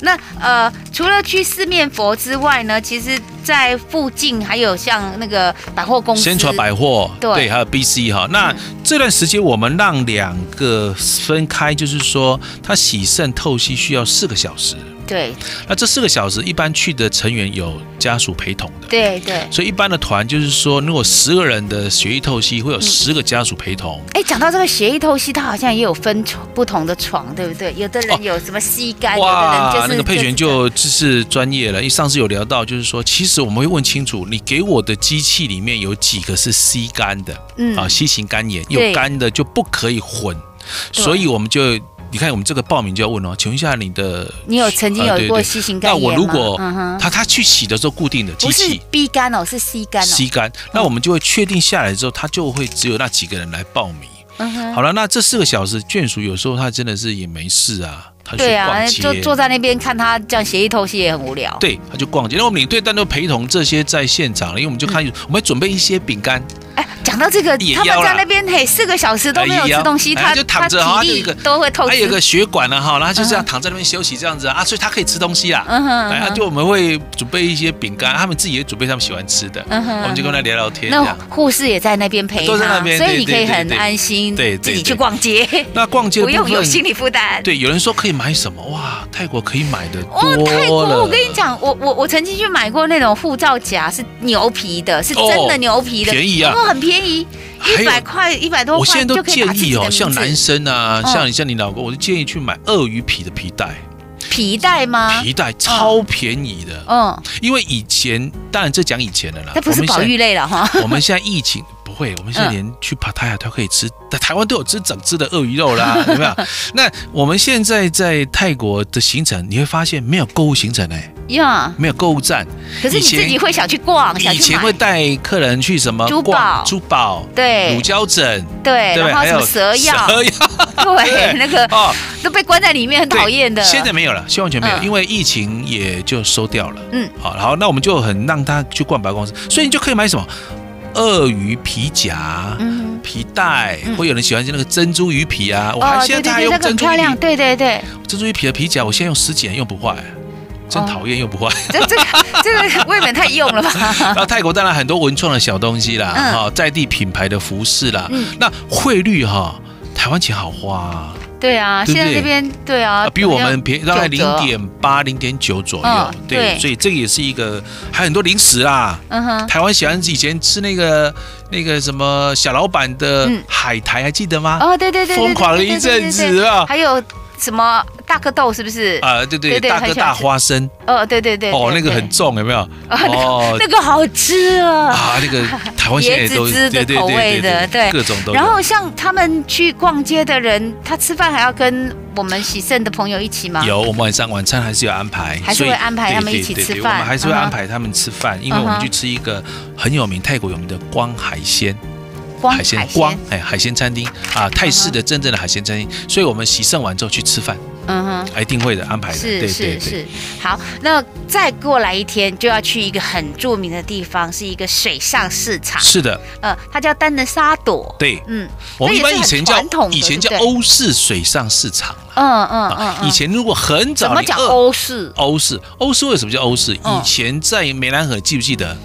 Speaker 3: 那呃，除了去四面佛之外呢，其实在附近还有像那个百货公司，
Speaker 4: 先传百货，
Speaker 3: 对嗯
Speaker 4: 对，还有 BC 哈。那这段时间我们让两个分开，就是说它洗肾透析需要四个小时，
Speaker 3: 对
Speaker 4: 那这四个小时一般去的成员有家属陪同的。
Speaker 3: 对对。
Speaker 4: 所以一般的团就是说，如果十个人的血液透析，会有十个家属陪同。
Speaker 3: 哎，讲到这个血液透析，它好像也有分床不同的床，对不对？有的
Speaker 4: 哦
Speaker 3: 人有什么吸肝，有的人嗯就是
Speaker 4: 那个佩璇
Speaker 3: 是
Speaker 4: 就就是专业了。因为上次有聊到，就是说，其实我们会问清楚，你给我的机器里面有几个是 C 肝的，
Speaker 3: 嗯
Speaker 4: 啊，C 型肝炎，
Speaker 3: 对
Speaker 4: 有肝的就不可以混，
Speaker 3: 对
Speaker 4: 所以我们就。你看，我们这个报名就要问哦，请问一下你的，
Speaker 3: 你有曾经
Speaker 4: 呃
Speaker 3: 有
Speaker 4: 对
Speaker 3: 过
Speaker 4: 对
Speaker 3: C 型肝
Speaker 4: 那
Speaker 3: 炎吗？
Speaker 4: 我如果
Speaker 3: 嗯哼
Speaker 4: 他他去洗的时候固定的机
Speaker 3: 不是
Speaker 4: 器
Speaker 3: B 肝哦，是 C 肝哦。
Speaker 4: 吸干，那我们就会确定下来之后，他就会只有那几个人来报名。
Speaker 3: 嗯哼，
Speaker 4: 好了，那这四个小时眷属有时候他真的是也没事啊，他去
Speaker 3: 对啊，
Speaker 4: 逛街，
Speaker 3: 就坐在那边看他这样血液透析也很无聊。
Speaker 4: 对他就逛街。那我们领队但都陪同这些在现场了，因为我们就
Speaker 3: 嗯
Speaker 4: 看，我们会准备一些饼干，
Speaker 3: 哎，讲到这个，
Speaker 4: 也
Speaker 3: 他
Speaker 4: 要
Speaker 3: 们
Speaker 4: 啦
Speaker 3: 在那边嘿，四个小时都没有
Speaker 4: 哎呀
Speaker 3: 吃东西，
Speaker 4: 哎
Speaker 3: 他
Speaker 4: 就躺着
Speaker 3: 他
Speaker 4: 哈
Speaker 3: 体
Speaker 4: 就
Speaker 3: 力
Speaker 4: 一个
Speaker 3: 都会透
Speaker 4: 还有
Speaker 3: 支
Speaker 4: 一。个血管了、哈，然后他就这样躺在那边休息这样子啊，啊所以他可以吃东西啊。
Speaker 3: 嗯哼
Speaker 4: 哎，
Speaker 3: 嗯
Speaker 4: 啊
Speaker 3: 哼
Speaker 4: 就我们会准备一些饼干，他们自己也准备他们喜欢吃的，
Speaker 3: 嗯哼
Speaker 4: 我们就跟他聊聊天这
Speaker 3: 那
Speaker 4: 样。
Speaker 3: 护士也在那边陪
Speaker 4: 都在那
Speaker 3: 他，
Speaker 4: 边
Speaker 3: 所以
Speaker 4: 对
Speaker 3: 你可
Speaker 4: 对
Speaker 3: 以
Speaker 4: 对
Speaker 3: 很
Speaker 4: 对
Speaker 3: 安心
Speaker 4: 对对
Speaker 3: 自己
Speaker 4: 对
Speaker 3: 去逛街，
Speaker 4: 那逛街的
Speaker 3: 不
Speaker 4: 部
Speaker 3: 用有心
Speaker 4: 分，
Speaker 3: 理负担。
Speaker 4: 对，有人说可以买什么？哇，泰国可以买的
Speaker 3: 哦，泰
Speaker 4: 多
Speaker 3: 国，
Speaker 4: 了。
Speaker 3: 我跟你讲，我我我曾经去买过那种护照夹，是牛皮的，是
Speaker 4: 哦
Speaker 3: 真的牛皮的，
Speaker 4: 便宜啊
Speaker 3: 哦，很便宜，
Speaker 4: 还
Speaker 3: 一
Speaker 4: 有
Speaker 3: 百块，一百多
Speaker 4: 我现
Speaker 3: 块
Speaker 4: 在
Speaker 3: 就
Speaker 4: 都
Speaker 3: 可以
Speaker 4: 建
Speaker 3: 打自己
Speaker 4: 议
Speaker 3: 的
Speaker 4: 哦，
Speaker 3: 名
Speaker 4: 像
Speaker 3: 字
Speaker 4: 男生啊，
Speaker 3: 嗯
Speaker 4: 像你像你老公，我就建议去买鳄鱼皮的皮带。
Speaker 5: 皮带
Speaker 3: 啊
Speaker 5: 吗？
Speaker 4: 皮带超便宜的，
Speaker 3: 嗯，
Speaker 4: 因为以前当然这讲以前的啦，
Speaker 3: 那不是
Speaker 4: 我们现
Speaker 3: 保
Speaker 4: 在
Speaker 3: 育类了哈。
Speaker 4: 我们现在疫情不会，我们现在
Speaker 3: 嗯
Speaker 4: 连去爬泰雅都可以吃，在台湾都有吃整只的鳄鱼肉 啦，有没有？那我们现在在泰国的行程，你会发现没有购物行程哎、
Speaker 3: 呀，
Speaker 4: 没有购物站。
Speaker 3: 可是你
Speaker 4: 以前
Speaker 3: 自己会想去逛，哦想
Speaker 4: 以
Speaker 3: 去
Speaker 4: 前会
Speaker 3: 买，
Speaker 4: 带客人去什么
Speaker 3: 珠宝
Speaker 4: 逛珠宝、乳
Speaker 3: 对
Speaker 4: 胶枕，
Speaker 3: 对，
Speaker 4: 对不
Speaker 3: 哎
Speaker 4: 对？
Speaker 3: 然后
Speaker 4: 还
Speaker 3: 什
Speaker 4: 有
Speaker 3: 么蛇药，
Speaker 4: 蛇药
Speaker 3: 对，那个
Speaker 4: 哦，
Speaker 3: 都被关在里面，很
Speaker 4: 对
Speaker 3: 讨厌的。
Speaker 4: 现在没有了，现在完全没有，
Speaker 3: 嗯
Speaker 4: 因为疫情也就收掉了。
Speaker 3: 嗯，
Speaker 4: 好，然后那我们就很让他去逛百货公司，所以你就可以买什么鳄鱼皮夹。
Speaker 3: 嗯，
Speaker 4: 皮带，会有人喜欢那个珍珠鱼皮啊！我还
Speaker 3: 哦，对
Speaker 4: 现在
Speaker 3: 对
Speaker 4: 还
Speaker 3: 对，
Speaker 4: 用
Speaker 3: 那个
Speaker 4: 珍
Speaker 3: 很
Speaker 4: 珠
Speaker 3: 漂
Speaker 4: 鱼
Speaker 3: 亮，对对对，
Speaker 4: 珍珠鱼皮的皮夹，我现在用十几年用不坏，真
Speaker 3: 哦
Speaker 4: 讨厌用不坏。
Speaker 3: 这 这个这个未免太用了吧？
Speaker 4: 然后泰国当然很多文创的小东西啦，
Speaker 3: 嗯
Speaker 4: 哈，在地品牌的服饰啦
Speaker 3: 嗯，
Speaker 4: 那汇率哈，台湾钱好花啊，
Speaker 3: 对啊，
Speaker 4: 对
Speaker 3: 现在
Speaker 4: 不对
Speaker 3: 这边对啊
Speaker 4: 啊，比我们便宜大概
Speaker 3: 九
Speaker 4: 零
Speaker 3: 折
Speaker 4: 点八、零点九左右
Speaker 3: 嗯，
Speaker 4: 对，
Speaker 3: 对
Speaker 4: 所以这个也是一个，还有很多零食啦。
Speaker 3: 嗯哼，
Speaker 4: 台湾喜欢以前吃那个那个什么小老板的
Speaker 3: 嗯
Speaker 4: 海苔，还记得吗？
Speaker 3: 哦，对对对，对
Speaker 4: 疯狂了一阵子，啊
Speaker 3: 对对对对对对还有什么大颗豆是不是？
Speaker 4: 啊，对对，
Speaker 3: 对对
Speaker 4: 大
Speaker 3: 很
Speaker 4: 哥
Speaker 3: 喜欢
Speaker 4: 大
Speaker 3: 吃
Speaker 4: 花生，
Speaker 3: 哦，对对对，
Speaker 4: 哦，
Speaker 3: 对
Speaker 4: 那个
Speaker 3: 对
Speaker 4: 很重，有没有？
Speaker 3: 那个
Speaker 4: 哦
Speaker 3: 那个好吃啊。
Speaker 4: 啊，那个台湾现在也 都
Speaker 3: 椰子汁的口味的对
Speaker 4: 各种都有。
Speaker 3: 然后像他们去逛街的人，他吃饭还要跟我们喜盛的朋友一起吗？
Speaker 4: 有，我们晚上晚餐还是有安排，
Speaker 3: 还是
Speaker 4: 所以
Speaker 3: 会安排
Speaker 4: 对
Speaker 3: 他们
Speaker 4: 对
Speaker 3: 一起
Speaker 4: 对
Speaker 3: 吃
Speaker 4: 对
Speaker 3: 饭
Speaker 4: 我们还是会
Speaker 3: 嗯哼
Speaker 4: 安排他们吃饭，因为我
Speaker 3: 嗯
Speaker 4: 们
Speaker 3: 哼
Speaker 4: 去吃一个很有名、泰国有名的光海鲜
Speaker 3: 光
Speaker 4: 海鲜光哎海鲜餐厅啊，泰式的真正的海鲜餐厅，所以我们洗盛完之后去吃饭，啊
Speaker 3: 嗯哼。
Speaker 4: 一定会的安排的，对
Speaker 3: 是
Speaker 4: 对
Speaker 3: 是
Speaker 4: 对。
Speaker 3: 是，好，那再过来一天就要去一个很著名的地方，是一个水上市场，
Speaker 4: 是的，
Speaker 3: 呃，它叫丹的沙朵，
Speaker 4: 对
Speaker 3: 嗯
Speaker 4: 我们一般以前叫
Speaker 3: 那也是很传统的
Speaker 4: 以前叫
Speaker 3: 对不对
Speaker 4: 欧式水上市场啦
Speaker 3: 嗯嗯嗯
Speaker 4: 啊，
Speaker 3: 嗯，
Speaker 4: 以前如果很
Speaker 3: 怎
Speaker 4: 早，
Speaker 3: 么
Speaker 4: 你
Speaker 3: 讲
Speaker 4: 饿
Speaker 3: 欧式？
Speaker 4: 欧式，欧式为什么叫欧式？
Speaker 3: 嗯
Speaker 4: 以前在梅兰河记不记得？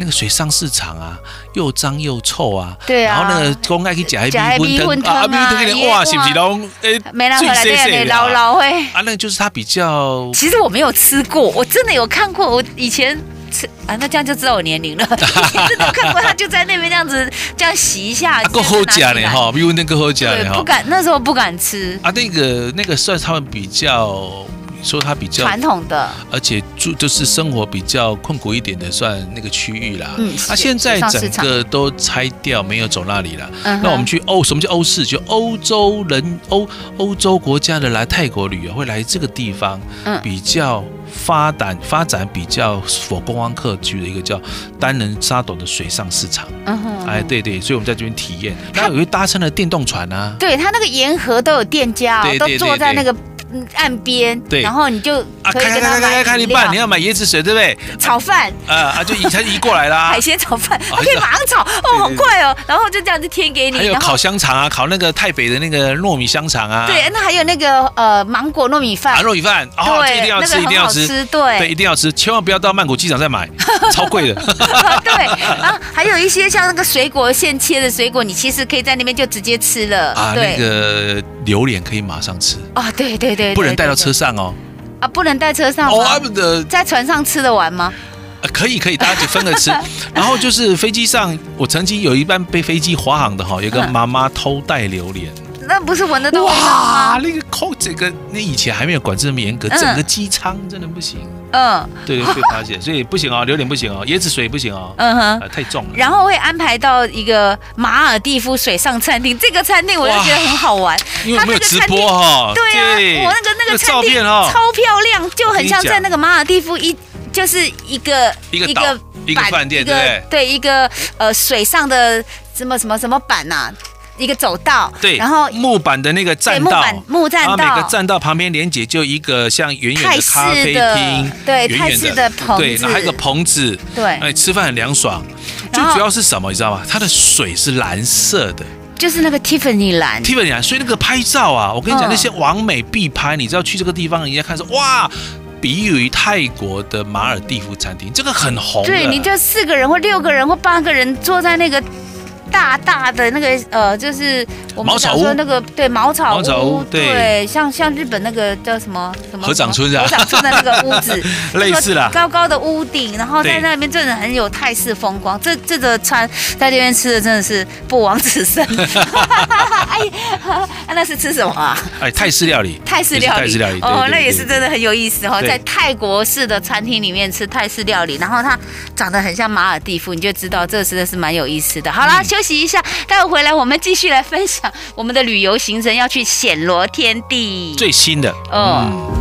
Speaker 4: 那个水上市场啊，又脏又臭啊，
Speaker 3: 对啊
Speaker 4: 然后那个公爱去夹一
Speaker 3: 吃那
Speaker 4: 米
Speaker 3: 米
Speaker 4: 粉
Speaker 3: 粉
Speaker 4: 汤
Speaker 3: 汤
Speaker 4: 啊，
Speaker 3: 啊
Speaker 4: 米粉汤给你
Speaker 3: 椰
Speaker 4: 哇，
Speaker 3: 哇
Speaker 4: 是不哎是拢诶
Speaker 3: 没人回来
Speaker 4: 水
Speaker 3: 对
Speaker 4: 洗洗
Speaker 3: 对，
Speaker 4: 的
Speaker 3: 老
Speaker 4: 啊
Speaker 3: 老会。
Speaker 4: 啊，那个就是它比较
Speaker 3: 其实我没有吃过，我真的有看过，我以前。吃啊，那这样就知道我年龄 了。以前真的有看过，他就在那边这样子，这样洗一下，
Speaker 4: 啊够好吃
Speaker 3: 假
Speaker 4: 呢哈，米粉汤够好吃
Speaker 3: 对
Speaker 4: 呢，
Speaker 3: 不
Speaker 4: 哈。
Speaker 3: 敢，那时候不敢吃
Speaker 4: 啊，那个那个算他们比较，你说它比较，
Speaker 3: 传统的，
Speaker 4: 而且住就是生活比较困苦一点的，算那个区域啦。
Speaker 3: 嗯
Speaker 4: 啊，
Speaker 3: 是
Speaker 4: 现
Speaker 3: 水
Speaker 4: 在
Speaker 3: 上市
Speaker 4: 整
Speaker 3: 场
Speaker 4: 个都拆掉，没有走那里了。
Speaker 3: 嗯哼
Speaker 4: 那我们去欧，什么叫欧式？就欧洲人、欧欧洲国家的来泰国旅游，会来这个地方，
Speaker 3: 嗯
Speaker 4: 比较发展发展比较否观光客去的一个叫单人沙斗的水上市场。
Speaker 3: 嗯哼，
Speaker 4: 哎，对对，所以我们在这边体验，然后有一搭乘了电动船啊。
Speaker 3: 对他那个沿河都有店家、哦
Speaker 4: 对，
Speaker 3: 都
Speaker 4: 对
Speaker 3: 坐
Speaker 4: 对
Speaker 3: 在
Speaker 4: 对
Speaker 3: 那个嗯岸边，
Speaker 4: 对
Speaker 3: 然后你就
Speaker 4: 啊，
Speaker 3: 可以
Speaker 4: 看
Speaker 3: 跟他
Speaker 4: 看看看
Speaker 3: 买
Speaker 4: 看看一
Speaker 3: 饮
Speaker 4: 半，
Speaker 3: 料
Speaker 4: 你要买椰子水对不对？
Speaker 3: 炒饭。
Speaker 4: 啊啊，就移他移过来啦
Speaker 3: 海。鲜炒饭，
Speaker 4: 啊
Speaker 3: 它可以马上炒哦，好
Speaker 4: 对对
Speaker 3: 快哦！然后就这样子贴给
Speaker 4: 还
Speaker 3: 你，
Speaker 4: 有
Speaker 3: 然后
Speaker 4: 烤香肠啊，烤那个台北的那个糯米香肠啊，
Speaker 3: 对，那还有那个呃芒果糯米
Speaker 4: 啊，
Speaker 3: 饭，
Speaker 4: 糯米饭，哦，这一
Speaker 3: 对，
Speaker 4: 定要
Speaker 3: 那
Speaker 4: 吃，
Speaker 3: 个
Speaker 4: 一定
Speaker 3: 很
Speaker 4: 要
Speaker 3: 好
Speaker 4: 吃，
Speaker 3: 吃，对
Speaker 4: 对，一定要吃，千万不要到曼谷机场再买，超贵的。
Speaker 3: 对啊，还有一些像那个水果现切的水果，你其实可以在那边就直接吃了。
Speaker 4: 啊，那
Speaker 3: 对，
Speaker 4: 个榴莲可以马上吃，
Speaker 3: 啊，对对对，
Speaker 4: 不能
Speaker 3: 对
Speaker 4: 带到
Speaker 3: 对
Speaker 4: 车上哦。
Speaker 3: 啊，不能带车上
Speaker 4: 哦，他
Speaker 3: 吗？
Speaker 4: 们的
Speaker 3: 在船上吃得完吗？
Speaker 4: 呃可以可以，大家就分着吃。然后就是飞机上，我曾经有一班被飞机滑航的哈，有个
Speaker 3: 嗯
Speaker 4: 妈妈偷带榴莲，
Speaker 3: 那不是闻得到味道
Speaker 4: 哇
Speaker 3: 吗？，
Speaker 4: 那个扣这个，那以前还没有管制那么严格，
Speaker 3: 啊嗯
Speaker 4: 整个机舱真的不行，
Speaker 3: 嗯
Speaker 4: 对对，被发现，所以不行哦，榴莲不行哦，椰子水不行哦，
Speaker 3: 嗯哼。
Speaker 4: 啊，太重了。
Speaker 3: 然后会安排到一个马尔蒂夫水上餐厅，这个餐厅我就觉得很好玩，
Speaker 4: 因为我们有直播
Speaker 3: 它
Speaker 4: 哈、哦，
Speaker 3: 对啊，我那个那个餐
Speaker 4: 照
Speaker 3: 厅
Speaker 4: 片哈、哦，
Speaker 3: 超漂亮，就很像
Speaker 4: 我跟你讲
Speaker 3: 在那个马尔蒂夫一就是一个
Speaker 4: 一个岛一个
Speaker 3: 板
Speaker 4: 饭店，
Speaker 3: 一
Speaker 4: 对
Speaker 3: 个
Speaker 4: 不对？
Speaker 3: 对一个呃水上的什么什么什么板呐、一个走道，
Speaker 4: 对，
Speaker 3: 然后
Speaker 4: 木板的那个栈
Speaker 3: 对木
Speaker 4: 道，
Speaker 3: 板木栈
Speaker 4: 然后每个
Speaker 3: 道。
Speaker 4: 栈道旁边连接就一个像远远
Speaker 3: 泰
Speaker 4: 的
Speaker 3: 式
Speaker 4: 咖啡厅
Speaker 3: 的，对
Speaker 4: 远远
Speaker 3: 泰式的棚
Speaker 4: 对，
Speaker 3: 子
Speaker 4: 然后还有个棚子，
Speaker 3: 对
Speaker 4: 哎，吃饭很凉爽。最
Speaker 3: 然后
Speaker 4: 主要是什么，你知道吗？它的水是蓝色的
Speaker 3: 就是那个 Tiffany 蓝，
Speaker 4: ，Tiffany 蓝，所以那个拍照啊，我跟你讲，
Speaker 3: 嗯
Speaker 4: 那些网美必拍。你知道去这个地方，人家看说哇，比喻于泰国的马尔蒂夫餐厅，这个很红的。
Speaker 3: 对，你就四个人或六个人或八个人坐在那个大大的那个呃，就是我们
Speaker 4: 茅草
Speaker 3: 想
Speaker 4: 屋
Speaker 3: 说那个对茅草
Speaker 4: 茅草屋对
Speaker 3: 像像日本那个叫什么什么
Speaker 4: 合掌村是吧
Speaker 3: 合掌村的那个屋子，
Speaker 4: 类似啦
Speaker 3: 那个高高的屋顶，然后在
Speaker 4: 对
Speaker 3: 那边真的很有泰式风光。这这个餐在这边吃的真的是不枉此 生。 哎呀， 啊那是吃什么啊？
Speaker 4: 哎，泰式料理，
Speaker 3: 泰式料理，
Speaker 4: 也是泰式料理
Speaker 3: 哦
Speaker 4: 对对，对
Speaker 3: 那也是真的很有意思哦，
Speaker 4: 对
Speaker 3: 在泰国式的餐厅里面吃泰式料理，然后它长得很像马尔蒂夫，你就知道这真的是蛮有意思的。好
Speaker 4: 嗯
Speaker 3: 啦，休息一下，待会回来我们继续来分享我们的旅游行程，要去暹罗天地。
Speaker 4: 最新的，
Speaker 3: 哦
Speaker 4: 嗯。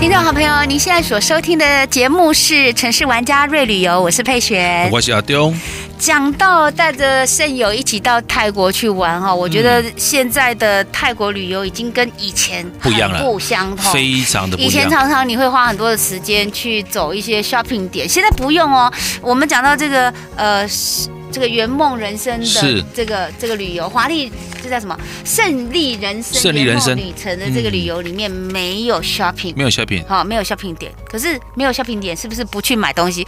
Speaker 3: 听众好朋友，您现在所收听的节目是《城市玩家瑞旅游》，我是佩璇。
Speaker 4: 我是阿丢，
Speaker 3: 讲到带着肾友一起到泰国去玩哈，我觉得现在的泰国旅游已经跟以前
Speaker 4: 嗯不一样了
Speaker 3: 很不相同，
Speaker 4: 非常的不
Speaker 3: 以
Speaker 4: 一
Speaker 3: 前
Speaker 4: 样。
Speaker 3: 常常你会花很多的时间去走一些 shopping 点，现在不用哦。我们讲到这个呃，是这个圆梦人生
Speaker 4: 是
Speaker 3: 的这个这个旅游，华丽这叫什么？胜利人生、
Speaker 4: 胜利人生
Speaker 3: 圆
Speaker 4: 嗯
Speaker 3: 梦旅程的这个旅游里面没有 shopping。
Speaker 4: 没有小品，
Speaker 3: 好、没有 shopping 点，可是没有 shopping 点，是不是不去买东西？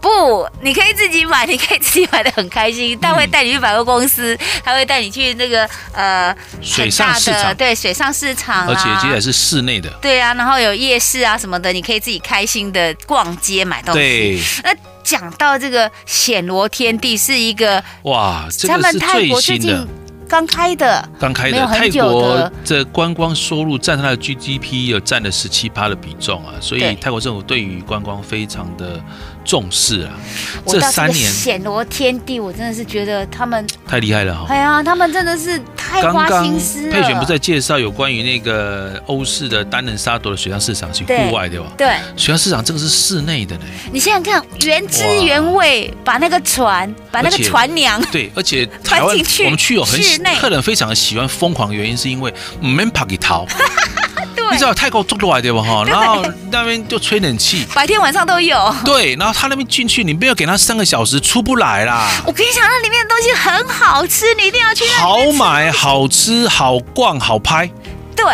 Speaker 3: 不，你可以自己买，你可以自己买的很开心。他会带你去百货公司，他会带你去那个呃
Speaker 4: 水
Speaker 3: 很
Speaker 4: 上
Speaker 3: 大的
Speaker 4: 市场
Speaker 3: 对水上市场啊啦，
Speaker 4: 而且这也是室内的，
Speaker 3: 对啊，然后有夜市啊什么的，你可以自己开心的逛街买东西。
Speaker 4: 对，
Speaker 3: 那讲到这个暹罗天地是一个，
Speaker 4: 哇，这
Speaker 3: 他
Speaker 4: 个
Speaker 3: 们
Speaker 4: 是
Speaker 3: 泰
Speaker 4: 最
Speaker 3: 国最
Speaker 4: 新的
Speaker 3: 近。刚开的，
Speaker 4: 刚开
Speaker 3: 没
Speaker 4: 的
Speaker 3: 有
Speaker 4: 泰
Speaker 3: 很久
Speaker 4: 国
Speaker 3: 的
Speaker 4: 这观光收入占它的 GDP 有占了十七趴的比重啊，所以
Speaker 3: 对
Speaker 4: 泰国政府对于观光非常的重视啊。
Speaker 3: 我
Speaker 4: 这
Speaker 3: 到
Speaker 4: 三年
Speaker 3: 这个暹罗天地，我真的是觉得他们，
Speaker 4: 太厉害了哈、
Speaker 3: 哎呀，他们真的是太
Speaker 4: 刚
Speaker 3: 花
Speaker 4: 哦刚
Speaker 3: 心思了。
Speaker 4: 佩璇不是在介绍有关于那个欧式的单人沙朵的水上市场是
Speaker 3: 对
Speaker 4: 户外的吧？
Speaker 3: 对
Speaker 4: 水上市场这个是室内的呢。
Speaker 3: 你想想看，原汁原味把那个船，把那个
Speaker 4: 而且
Speaker 3: 船娘，
Speaker 4: 对，而且台湾
Speaker 3: 嗯进去
Speaker 4: 我们去有很
Speaker 3: 室内
Speaker 4: 客人非常的喜欢疯狂，的原因是因为没怕给逃，
Speaker 3: 对，
Speaker 4: 你知道泰国坐过来对吧？哈，然后那边就吹冷气，
Speaker 3: 白天晚上都有。
Speaker 4: 对，然后他那边进去，你没有给他三个小时，出不来啦。
Speaker 3: 我跟你讲，那里面的东西很好吃，你一定要去那里
Speaker 4: 好买、好吃、好逛、好拍，
Speaker 3: 对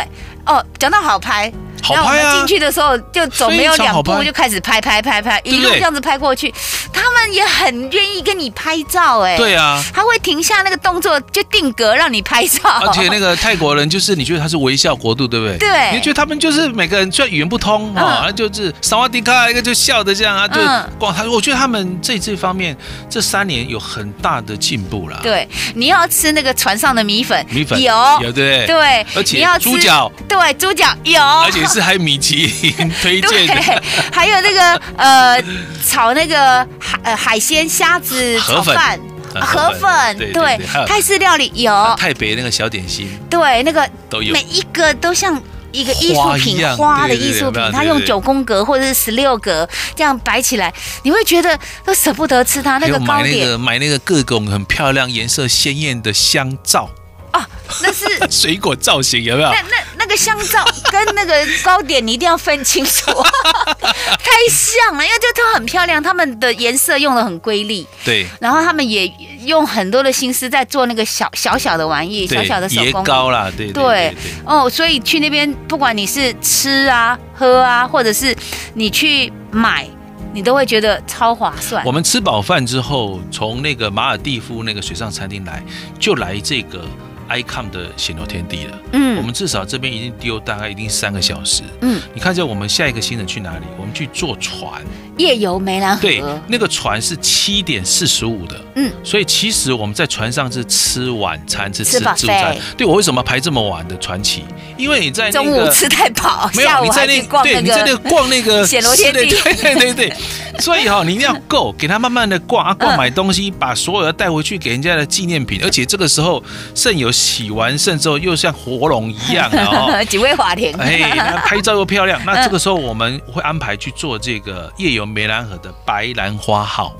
Speaker 3: 哦，讲到好拍，
Speaker 4: 好
Speaker 3: 那我
Speaker 4: 拍
Speaker 3: 们
Speaker 4: 啊
Speaker 3: 进！去的时候就走没有
Speaker 4: 非常好
Speaker 3: 两步
Speaker 4: 拍
Speaker 3: 就开始拍拍拍拍，一
Speaker 4: 不
Speaker 3: 路
Speaker 4: 对
Speaker 3: 这样子拍过去，他们也很愿意跟你拍照哎、
Speaker 4: 对啊，
Speaker 3: 他会停下那个动作就定格让你拍照，
Speaker 4: 而且那个泰国人就是你觉得他是微笑国度，对不对？
Speaker 3: 对
Speaker 4: 你就觉得他们就是每个人虽然语言不通啊，那就是萨瓦迪卡，一个就笑的这样啊，就
Speaker 3: 嗯
Speaker 4: 逛他。我觉得他们这这方面这三年有很大的进步啦。，
Speaker 3: 对，你要吃那个船上的米粉，
Speaker 4: 米粉
Speaker 3: 有。
Speaker 4: 有对不对？
Speaker 3: 对，
Speaker 4: 而且
Speaker 3: 你要吃
Speaker 4: 猪脚，
Speaker 3: 对，猪脚有，
Speaker 4: 而且是还米其林 推荐的
Speaker 3: 对，还有那个呃，炒那个海呃海鲜虾子
Speaker 4: 河
Speaker 3: 炒
Speaker 4: 粉
Speaker 3: 饭，
Speaker 4: 啊
Speaker 3: 河粉，
Speaker 4: 对对
Speaker 3: 对
Speaker 4: 对还，有
Speaker 3: 泰式料理有，
Speaker 4: 泰北那个小点心
Speaker 3: 对，那个
Speaker 4: 都有
Speaker 3: 每。一个都像。一个艺术
Speaker 4: 花一
Speaker 3: 品，
Speaker 4: 样
Speaker 3: 花的
Speaker 4: 对对
Speaker 3: 艺
Speaker 4: 对
Speaker 3: 术
Speaker 4: 有没
Speaker 3: 品
Speaker 4: 有，
Speaker 3: 它
Speaker 4: 对
Speaker 3: 用
Speaker 4: 对
Speaker 3: 九宫格或者是十六格这样摆起来，你会觉得都舍不得吃它那
Speaker 4: 还有
Speaker 3: 个糕
Speaker 4: 买那
Speaker 3: 点
Speaker 4: 个买那个各种很漂亮、颜色鲜艳的香皂、
Speaker 3: 啊，那是
Speaker 4: 水果造型，有没有
Speaker 3: 那？那那个香皂跟那个糕点你一定要分清楚， 太像了，因为这都很漂亮，它们的颜色用的很瑰丽，
Speaker 4: 对，
Speaker 3: 然后他们也用很多的心思在做那个小小小的玩意，小
Speaker 4: 对
Speaker 3: 小的手
Speaker 4: 椰
Speaker 3: 工艺。
Speaker 4: 膏啦，对
Speaker 3: 对
Speaker 4: 对对，
Speaker 3: 哦，所以去那边，不管你是吃啊、喝啊，或者是你去买，你都会觉得超划算
Speaker 4: 我。们吃饱饭之后，从那个马尔蒂夫那个水上餐厅来，就来这个 ICOM 的显流天地了。我
Speaker 3: 嗯
Speaker 4: 们至少这边已经丢大概已经三个小时。
Speaker 3: 嗯，
Speaker 4: 你看一下我们下一个行程去哪里？我们去坐船，
Speaker 3: 夜游嗯梅兰
Speaker 4: 对
Speaker 3: 河，，
Speaker 4: 那个船是七点四十五的。
Speaker 3: 嗯，
Speaker 4: 所以其实我们在船上是吃晚餐，是吃
Speaker 3: 吃 buffet
Speaker 4: 自助餐。对我为什么排这么晚的传奇？因为你在那
Speaker 3: 中午
Speaker 4: 个。
Speaker 3: 吃太 饱，
Speaker 4: 没有
Speaker 3: 下，午
Speaker 4: 你在
Speaker 3: 还
Speaker 4: 那
Speaker 3: 去逛
Speaker 4: 对
Speaker 3: 那
Speaker 4: 你在 那
Speaker 3: 个。
Speaker 4: 逛那个
Speaker 3: 暹罗天地
Speaker 4: 是对对对对对，所以哈、你一定要够，给他慢慢的逛啊，逛
Speaker 3: 嗯。
Speaker 4: 买东西，把所有的带回去给人家的纪念品，而且这个时候肾友洗完肾之后又像活龙一样的 哦
Speaker 3: 几位华田，
Speaker 4: 哎，那拍照又漂亮。那这个时候我们会安排去做这个夜游梅兰河的白兰花号，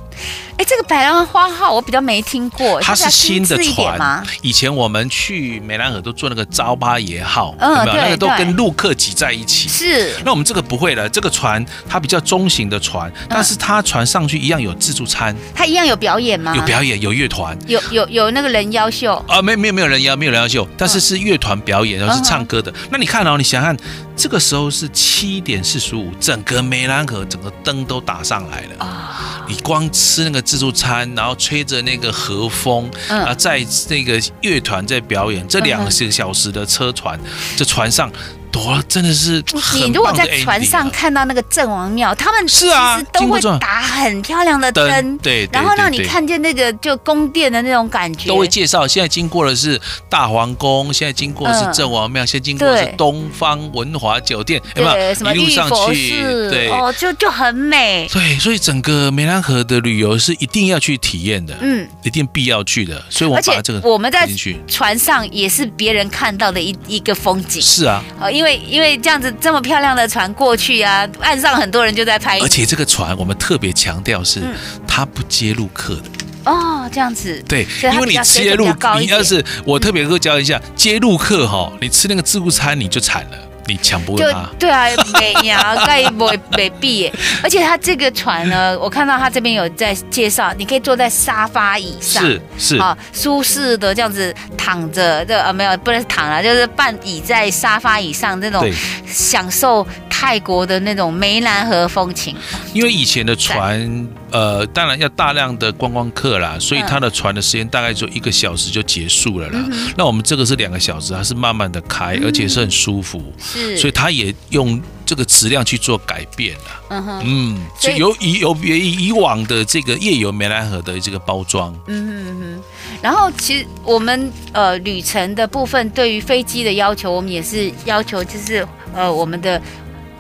Speaker 3: 哎，这个百兰花号我比较没听过，
Speaker 4: 它
Speaker 3: 这
Speaker 4: 是
Speaker 3: 要
Speaker 4: 新的
Speaker 3: 精致一点
Speaker 4: 船
Speaker 3: 吗？。
Speaker 4: 以前我们去梅兰河都坐那个招巴爷号，
Speaker 3: 嗯
Speaker 4: 有没有？
Speaker 3: 对
Speaker 4: 那个都
Speaker 3: 对
Speaker 4: 跟陆客挤在一起。
Speaker 3: 是，
Speaker 4: 那我们这个不会了，这个船它比较中型的船，
Speaker 3: 嗯
Speaker 4: 但是它船上去一样有自助餐，
Speaker 3: 它一样有表演吗？
Speaker 4: 有表演，有乐团。
Speaker 3: 有有有那个人妖秀，
Speaker 4: 啊，没没有没有人妖，没有人妖秀，但是是乐团表演，然后是唱歌
Speaker 3: 嗯
Speaker 4: 的。那你看哦，你想想，这个时候是
Speaker 3: 啊
Speaker 4: 七点四十五，整个梅兰河整个灯都打上来了，你光吃那个自助餐，然后吹着那个和风，
Speaker 3: 嗯
Speaker 4: 啊，在那个乐团在表演，这
Speaker 3: 嗯
Speaker 4: 两个小时的车船，这船上，多真的是很
Speaker 3: 你如果
Speaker 4: 棒的
Speaker 3: 在
Speaker 4: ending 啊
Speaker 3: 船上看到那个郑王庙，他们
Speaker 4: 是啊
Speaker 3: 其实都
Speaker 4: 经过
Speaker 3: 会
Speaker 4: 这种
Speaker 3: 打很漂亮的
Speaker 4: 灯，
Speaker 3: 灯，
Speaker 4: 对，对
Speaker 3: 然后让
Speaker 4: 对
Speaker 3: 你
Speaker 4: 对
Speaker 3: 看见那个就宫殿的那种感觉，
Speaker 4: 都会介绍。现在经过的是大皇宫，现在经过的是
Speaker 3: 嗯
Speaker 4: 郑王庙，现在经过的是
Speaker 3: 对
Speaker 4: 东方文华酒店，有没
Speaker 3: 对
Speaker 4: 有
Speaker 3: 什么
Speaker 4: 一路
Speaker 3: 玉
Speaker 4: 上
Speaker 3: 佛
Speaker 4: 去，
Speaker 3: 寺，
Speaker 4: 对。
Speaker 3: 哦，就就很美，
Speaker 4: 对，所以整个梅兰河的旅游是一定要去体验的，
Speaker 3: 嗯，
Speaker 4: 一定必要去的。所以我
Speaker 3: 而
Speaker 4: 们
Speaker 3: 且
Speaker 4: 把这个
Speaker 3: 我们在
Speaker 4: 放进去，
Speaker 3: 船上也是别人看到的一一个风景。
Speaker 4: 是啊，
Speaker 3: 哦，因为因为这样子这么漂亮的船过去啊，岸上很多人就在拍，
Speaker 4: 而且这个船我们特别强调是、
Speaker 3: 嗯
Speaker 4: 它不接陆客的，
Speaker 3: 哦这样子，
Speaker 4: 对
Speaker 3: 所以，它
Speaker 4: 因为
Speaker 3: 比
Speaker 4: 你
Speaker 3: 较
Speaker 4: 吃
Speaker 3: 水准
Speaker 4: 陆
Speaker 3: 比较，高一
Speaker 4: 你
Speaker 3: 点
Speaker 4: 要是我特别给教一下，接陆客哈、你吃那个自助餐你就惨了，你抢不
Speaker 3: 就
Speaker 4: 它。
Speaker 3: 对啊，没呀，盖没没必耶。而且它这个船呢，我看到它这边有在介绍，你可以坐在沙发椅上，
Speaker 4: 是是，
Speaker 3: 好、舒适的这样子躺着，这呃没有不能躺了，就是半倚在沙发椅上那种
Speaker 4: 对，
Speaker 3: 享受泰国的那种梅兰河风情。
Speaker 4: 因为以前的船，呃，当然要大量的观光客啦，所以它的船的时间大概就一个小时就结束了啦。
Speaker 3: 嗯
Speaker 4: 那我们这个是两个小时，它是慢慢的开，而且是很舒服，
Speaker 3: 是，
Speaker 4: 所以它也用这个质量去做改变啦。
Speaker 3: 嗯哼，
Speaker 4: 嗯，
Speaker 3: 所
Speaker 4: 所
Speaker 3: 以
Speaker 4: 以有以有别于以往的这个夜游梅兰河的这个包装，
Speaker 3: 嗯哼嗯哼。然后其实我们呃旅程的部分，对于飞机的要求，我们也是要求就是呃我们的。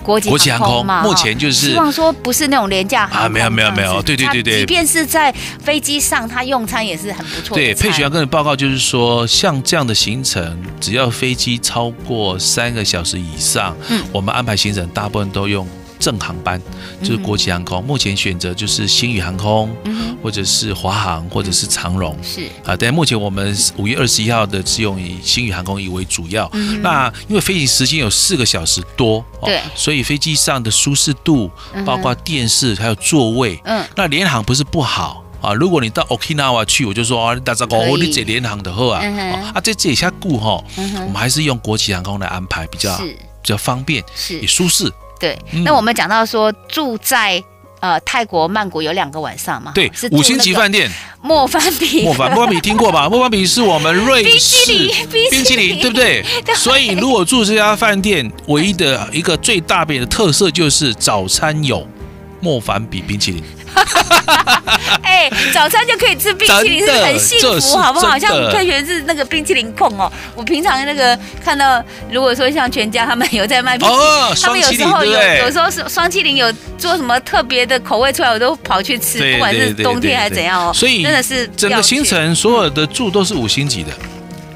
Speaker 3: 国际
Speaker 4: 国际航
Speaker 3: 航空
Speaker 4: 空
Speaker 3: 嘛，
Speaker 4: 目
Speaker 3: 哈
Speaker 4: 前就是
Speaker 3: 希望说不是那种廉价航空
Speaker 4: 啊没有没
Speaker 3: 这
Speaker 4: 有
Speaker 3: 样子
Speaker 4: 没有对对
Speaker 3: 它
Speaker 4: 对对
Speaker 3: 即便是在飞机上，它用餐也是很不错的
Speaker 4: 对，
Speaker 3: 餐。
Speaker 4: 佩璇要跟你报告，就是说，像这样的行程，只要飞机超过三个小时以上，
Speaker 3: 嗯
Speaker 4: 我们安排行程大部分都用正航班，就是国际航空。目前选择就是星宇航空，
Speaker 3: 嗯
Speaker 4: 或者是华航，或者是长荣。
Speaker 3: 哼，是
Speaker 4: 啊，但目前我们五月二十一号的是用以星宇航空以为主要。那因为飞行时间有四个小时多，
Speaker 3: 嗯
Speaker 4: 哦
Speaker 3: 对
Speaker 4: 所以飞机上的舒适度，包括电视还有座位，
Speaker 3: 嗯，
Speaker 4: 那联航不是不好。啊，如果你到 Okinawa 去，我就说啊，你打招
Speaker 3: 可以
Speaker 4: 呼，你这联航的后啊
Speaker 3: 嗯，哼
Speaker 4: 啊，在这里下顾哈，
Speaker 3: 嗯
Speaker 4: 我
Speaker 3: 哼
Speaker 4: 们还是用国际航空来安排比较
Speaker 3: 是
Speaker 4: 比较方便，
Speaker 3: 是啊
Speaker 4: 也舒适。
Speaker 3: 对，
Speaker 4: 嗯
Speaker 3: 那我们讲到说住在呃泰国曼谷有两个晚上嘛，
Speaker 4: 对
Speaker 3: 是，住
Speaker 4: 五星级
Speaker 3: 那个
Speaker 4: 饭店，
Speaker 3: 莫凡比
Speaker 4: 莫凡，莫凡比听过吧？莫凡比是我们瑞士
Speaker 3: 冰淇淋冰淇淋
Speaker 4: 对不对？所以如果住这家饭店，唯一的一个最大变的特色就是早餐有莫凡比冰淇淋，
Speaker 3: 哎，早餐就可以吃冰淇淋，是
Speaker 4: 真的
Speaker 3: 不是很幸
Speaker 4: 这是
Speaker 3: 福，好不好？
Speaker 4: 真
Speaker 3: 像
Speaker 4: 的
Speaker 3: 佩璇是那个冰淇淋控哦，我平常那个看到，如果说像全家他们有在卖冰淇淋。
Speaker 4: 哦，
Speaker 3: 他
Speaker 4: 双
Speaker 3: 们有
Speaker 4: 麒
Speaker 3: 时
Speaker 4: 麟
Speaker 3: 候
Speaker 4: 对
Speaker 3: 有
Speaker 4: 不
Speaker 3: 有
Speaker 4: 对？
Speaker 3: 时候是双麒麟有做什么特别的口味出来，我都跑去吃，
Speaker 4: 对
Speaker 3: 不管是
Speaker 4: 对对
Speaker 3: 冬天还是
Speaker 4: 对
Speaker 3: 怎样哦，
Speaker 4: 所以
Speaker 3: 真的是
Speaker 4: 整
Speaker 3: 要
Speaker 4: 个行
Speaker 3: 去。
Speaker 4: 程所有的住都是五星级的，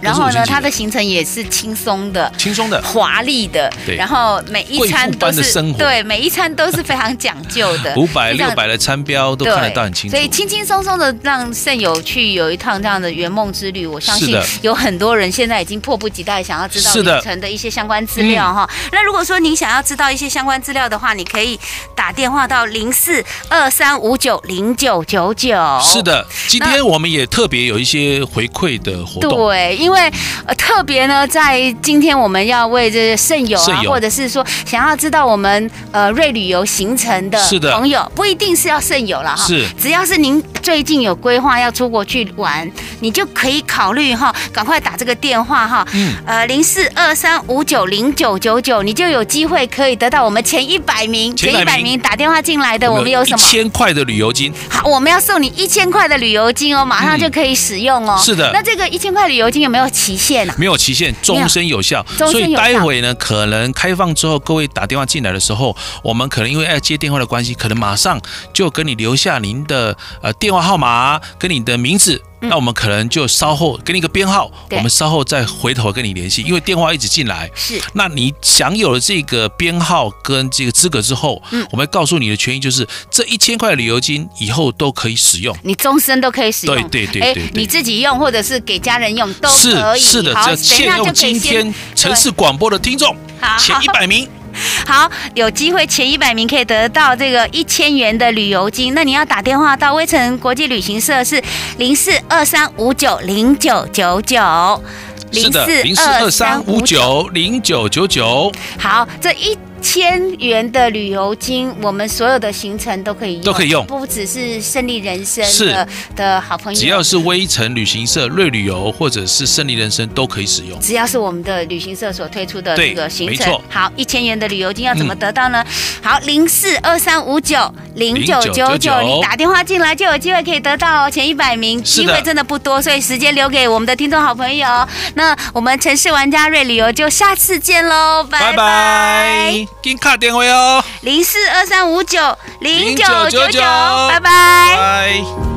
Speaker 3: 然后
Speaker 4: 都是五星
Speaker 3: 呢，
Speaker 4: 级的
Speaker 3: 它的行程也是轻松的，
Speaker 4: 轻松的。
Speaker 3: 华丽的，
Speaker 4: 对
Speaker 3: 然后每一餐都
Speaker 4: 贵妇般的
Speaker 3: 是
Speaker 4: 生活，
Speaker 3: 对每一餐都是非常讲究的
Speaker 4: 五百
Speaker 3: 非
Speaker 4: 六
Speaker 3: 常
Speaker 4: 百的餐标都
Speaker 3: 对，
Speaker 4: 看得到很清楚
Speaker 3: 所，以轻轻松松的让肾友去有一趟这样的圆梦之旅，我相
Speaker 4: 是
Speaker 3: 信
Speaker 4: 的
Speaker 3: 有很多人现在已经迫不及待想要知道
Speaker 4: 是的
Speaker 3: 旅程的一些相关资料哈。那如果说您想要知道一些相关资料的话，你可以打电话到零四二三五九零九九九。
Speaker 4: 是。的。今天我们也特别有一些回馈的活动，
Speaker 3: 对，因为呃特别呢，在今天我们要为这肾友啊
Speaker 4: 肾，友
Speaker 3: 或者是说想要知道我们呃瑞旅游行程的
Speaker 4: 是的
Speaker 3: 朋友，不一定是要肾友了哈，
Speaker 4: 是
Speaker 3: 只要是您最近有规划要出国去玩，你就可以考虑哈，赶快打这个电话哈，
Speaker 4: 嗯
Speaker 3: 呃零四二三五九零九九九，你就有机会可以得到我们前一百名
Speaker 4: 前100名
Speaker 3: 打电话进来的，我们有什
Speaker 4: 一
Speaker 3: 么？
Speaker 4: 千块的旅游金，
Speaker 3: 好，我们要送你一千块的旅游金哦，马上就可以使用哦。
Speaker 4: 嗯是的
Speaker 3: 那这个一千块旅游金有没有期限啊？
Speaker 4: 没有期限，终身有效。
Speaker 3: 终身
Speaker 4: 所以
Speaker 3: 有效
Speaker 4: 待会呢，可能开放之后，各位打电话进来的时候，我们可能因为要接电话的关系，可能马上就跟你留下您的呃电话号码跟你的名字。
Speaker 3: 嗯
Speaker 4: 那我们可能就稍后给你一个编号，
Speaker 3: 对
Speaker 4: 我们稍后再回头跟你联系，因为电话一直进来。
Speaker 3: 是
Speaker 4: 那你享有了这个编号跟这个资格之后，
Speaker 3: 嗯
Speaker 4: 我们告诉你的权益就是这一千块旅游金以后都可以使用。
Speaker 3: 你终身都可以使用。
Speaker 4: 对对对对对
Speaker 3: 你自己用或者是给家人用都
Speaker 4: 是
Speaker 3: 可以。
Speaker 4: 是的，
Speaker 3: 好
Speaker 4: 这，
Speaker 3: 等一
Speaker 4: 限
Speaker 3: 下
Speaker 4: 用
Speaker 3: 就可以
Speaker 4: 今
Speaker 3: 先
Speaker 4: 天城市广播的听众
Speaker 3: 好
Speaker 4: 前一百 名。
Speaker 3: 好，有机会前一百名可以得到这个一千元的旅游金。那你要打电话到威城国际旅行社是零四二三五九零九九九。
Speaker 4: 是的，零四二三五九零九九九，
Speaker 3: 好，这一千元的旅游金，我们所有的行程都可以用，
Speaker 4: 都可以用
Speaker 3: 不只是胜利人生
Speaker 4: 是
Speaker 3: 的的好朋友，
Speaker 4: 只要是微城旅行社、瑞旅游或者是胜利人生都可以使用。
Speaker 3: 只要是我们的旅行社所推出的
Speaker 4: 对
Speaker 3: 这个行
Speaker 4: 没
Speaker 3: 程
Speaker 4: 错，
Speaker 3: 好，一千元的旅游金要怎么
Speaker 4: 嗯
Speaker 3: 得到呢？好，零四二三五九零九九九，
Speaker 4: 0999
Speaker 3: 你打电话进来就有机会可以得到哦，前一百名，
Speaker 4: 是
Speaker 3: 机
Speaker 4: 的
Speaker 3: 会真的不多，所以时间留给我们的听众好朋友。那我们城市玩家瑞旅游就下次见喽，拜
Speaker 4: 拜
Speaker 3: 拜。
Speaker 4: 拜，给你卡点位哦，
Speaker 3: 零四二三五九零九九九，
Speaker 4: 0999
Speaker 3: 拜拜。
Speaker 4: 拜。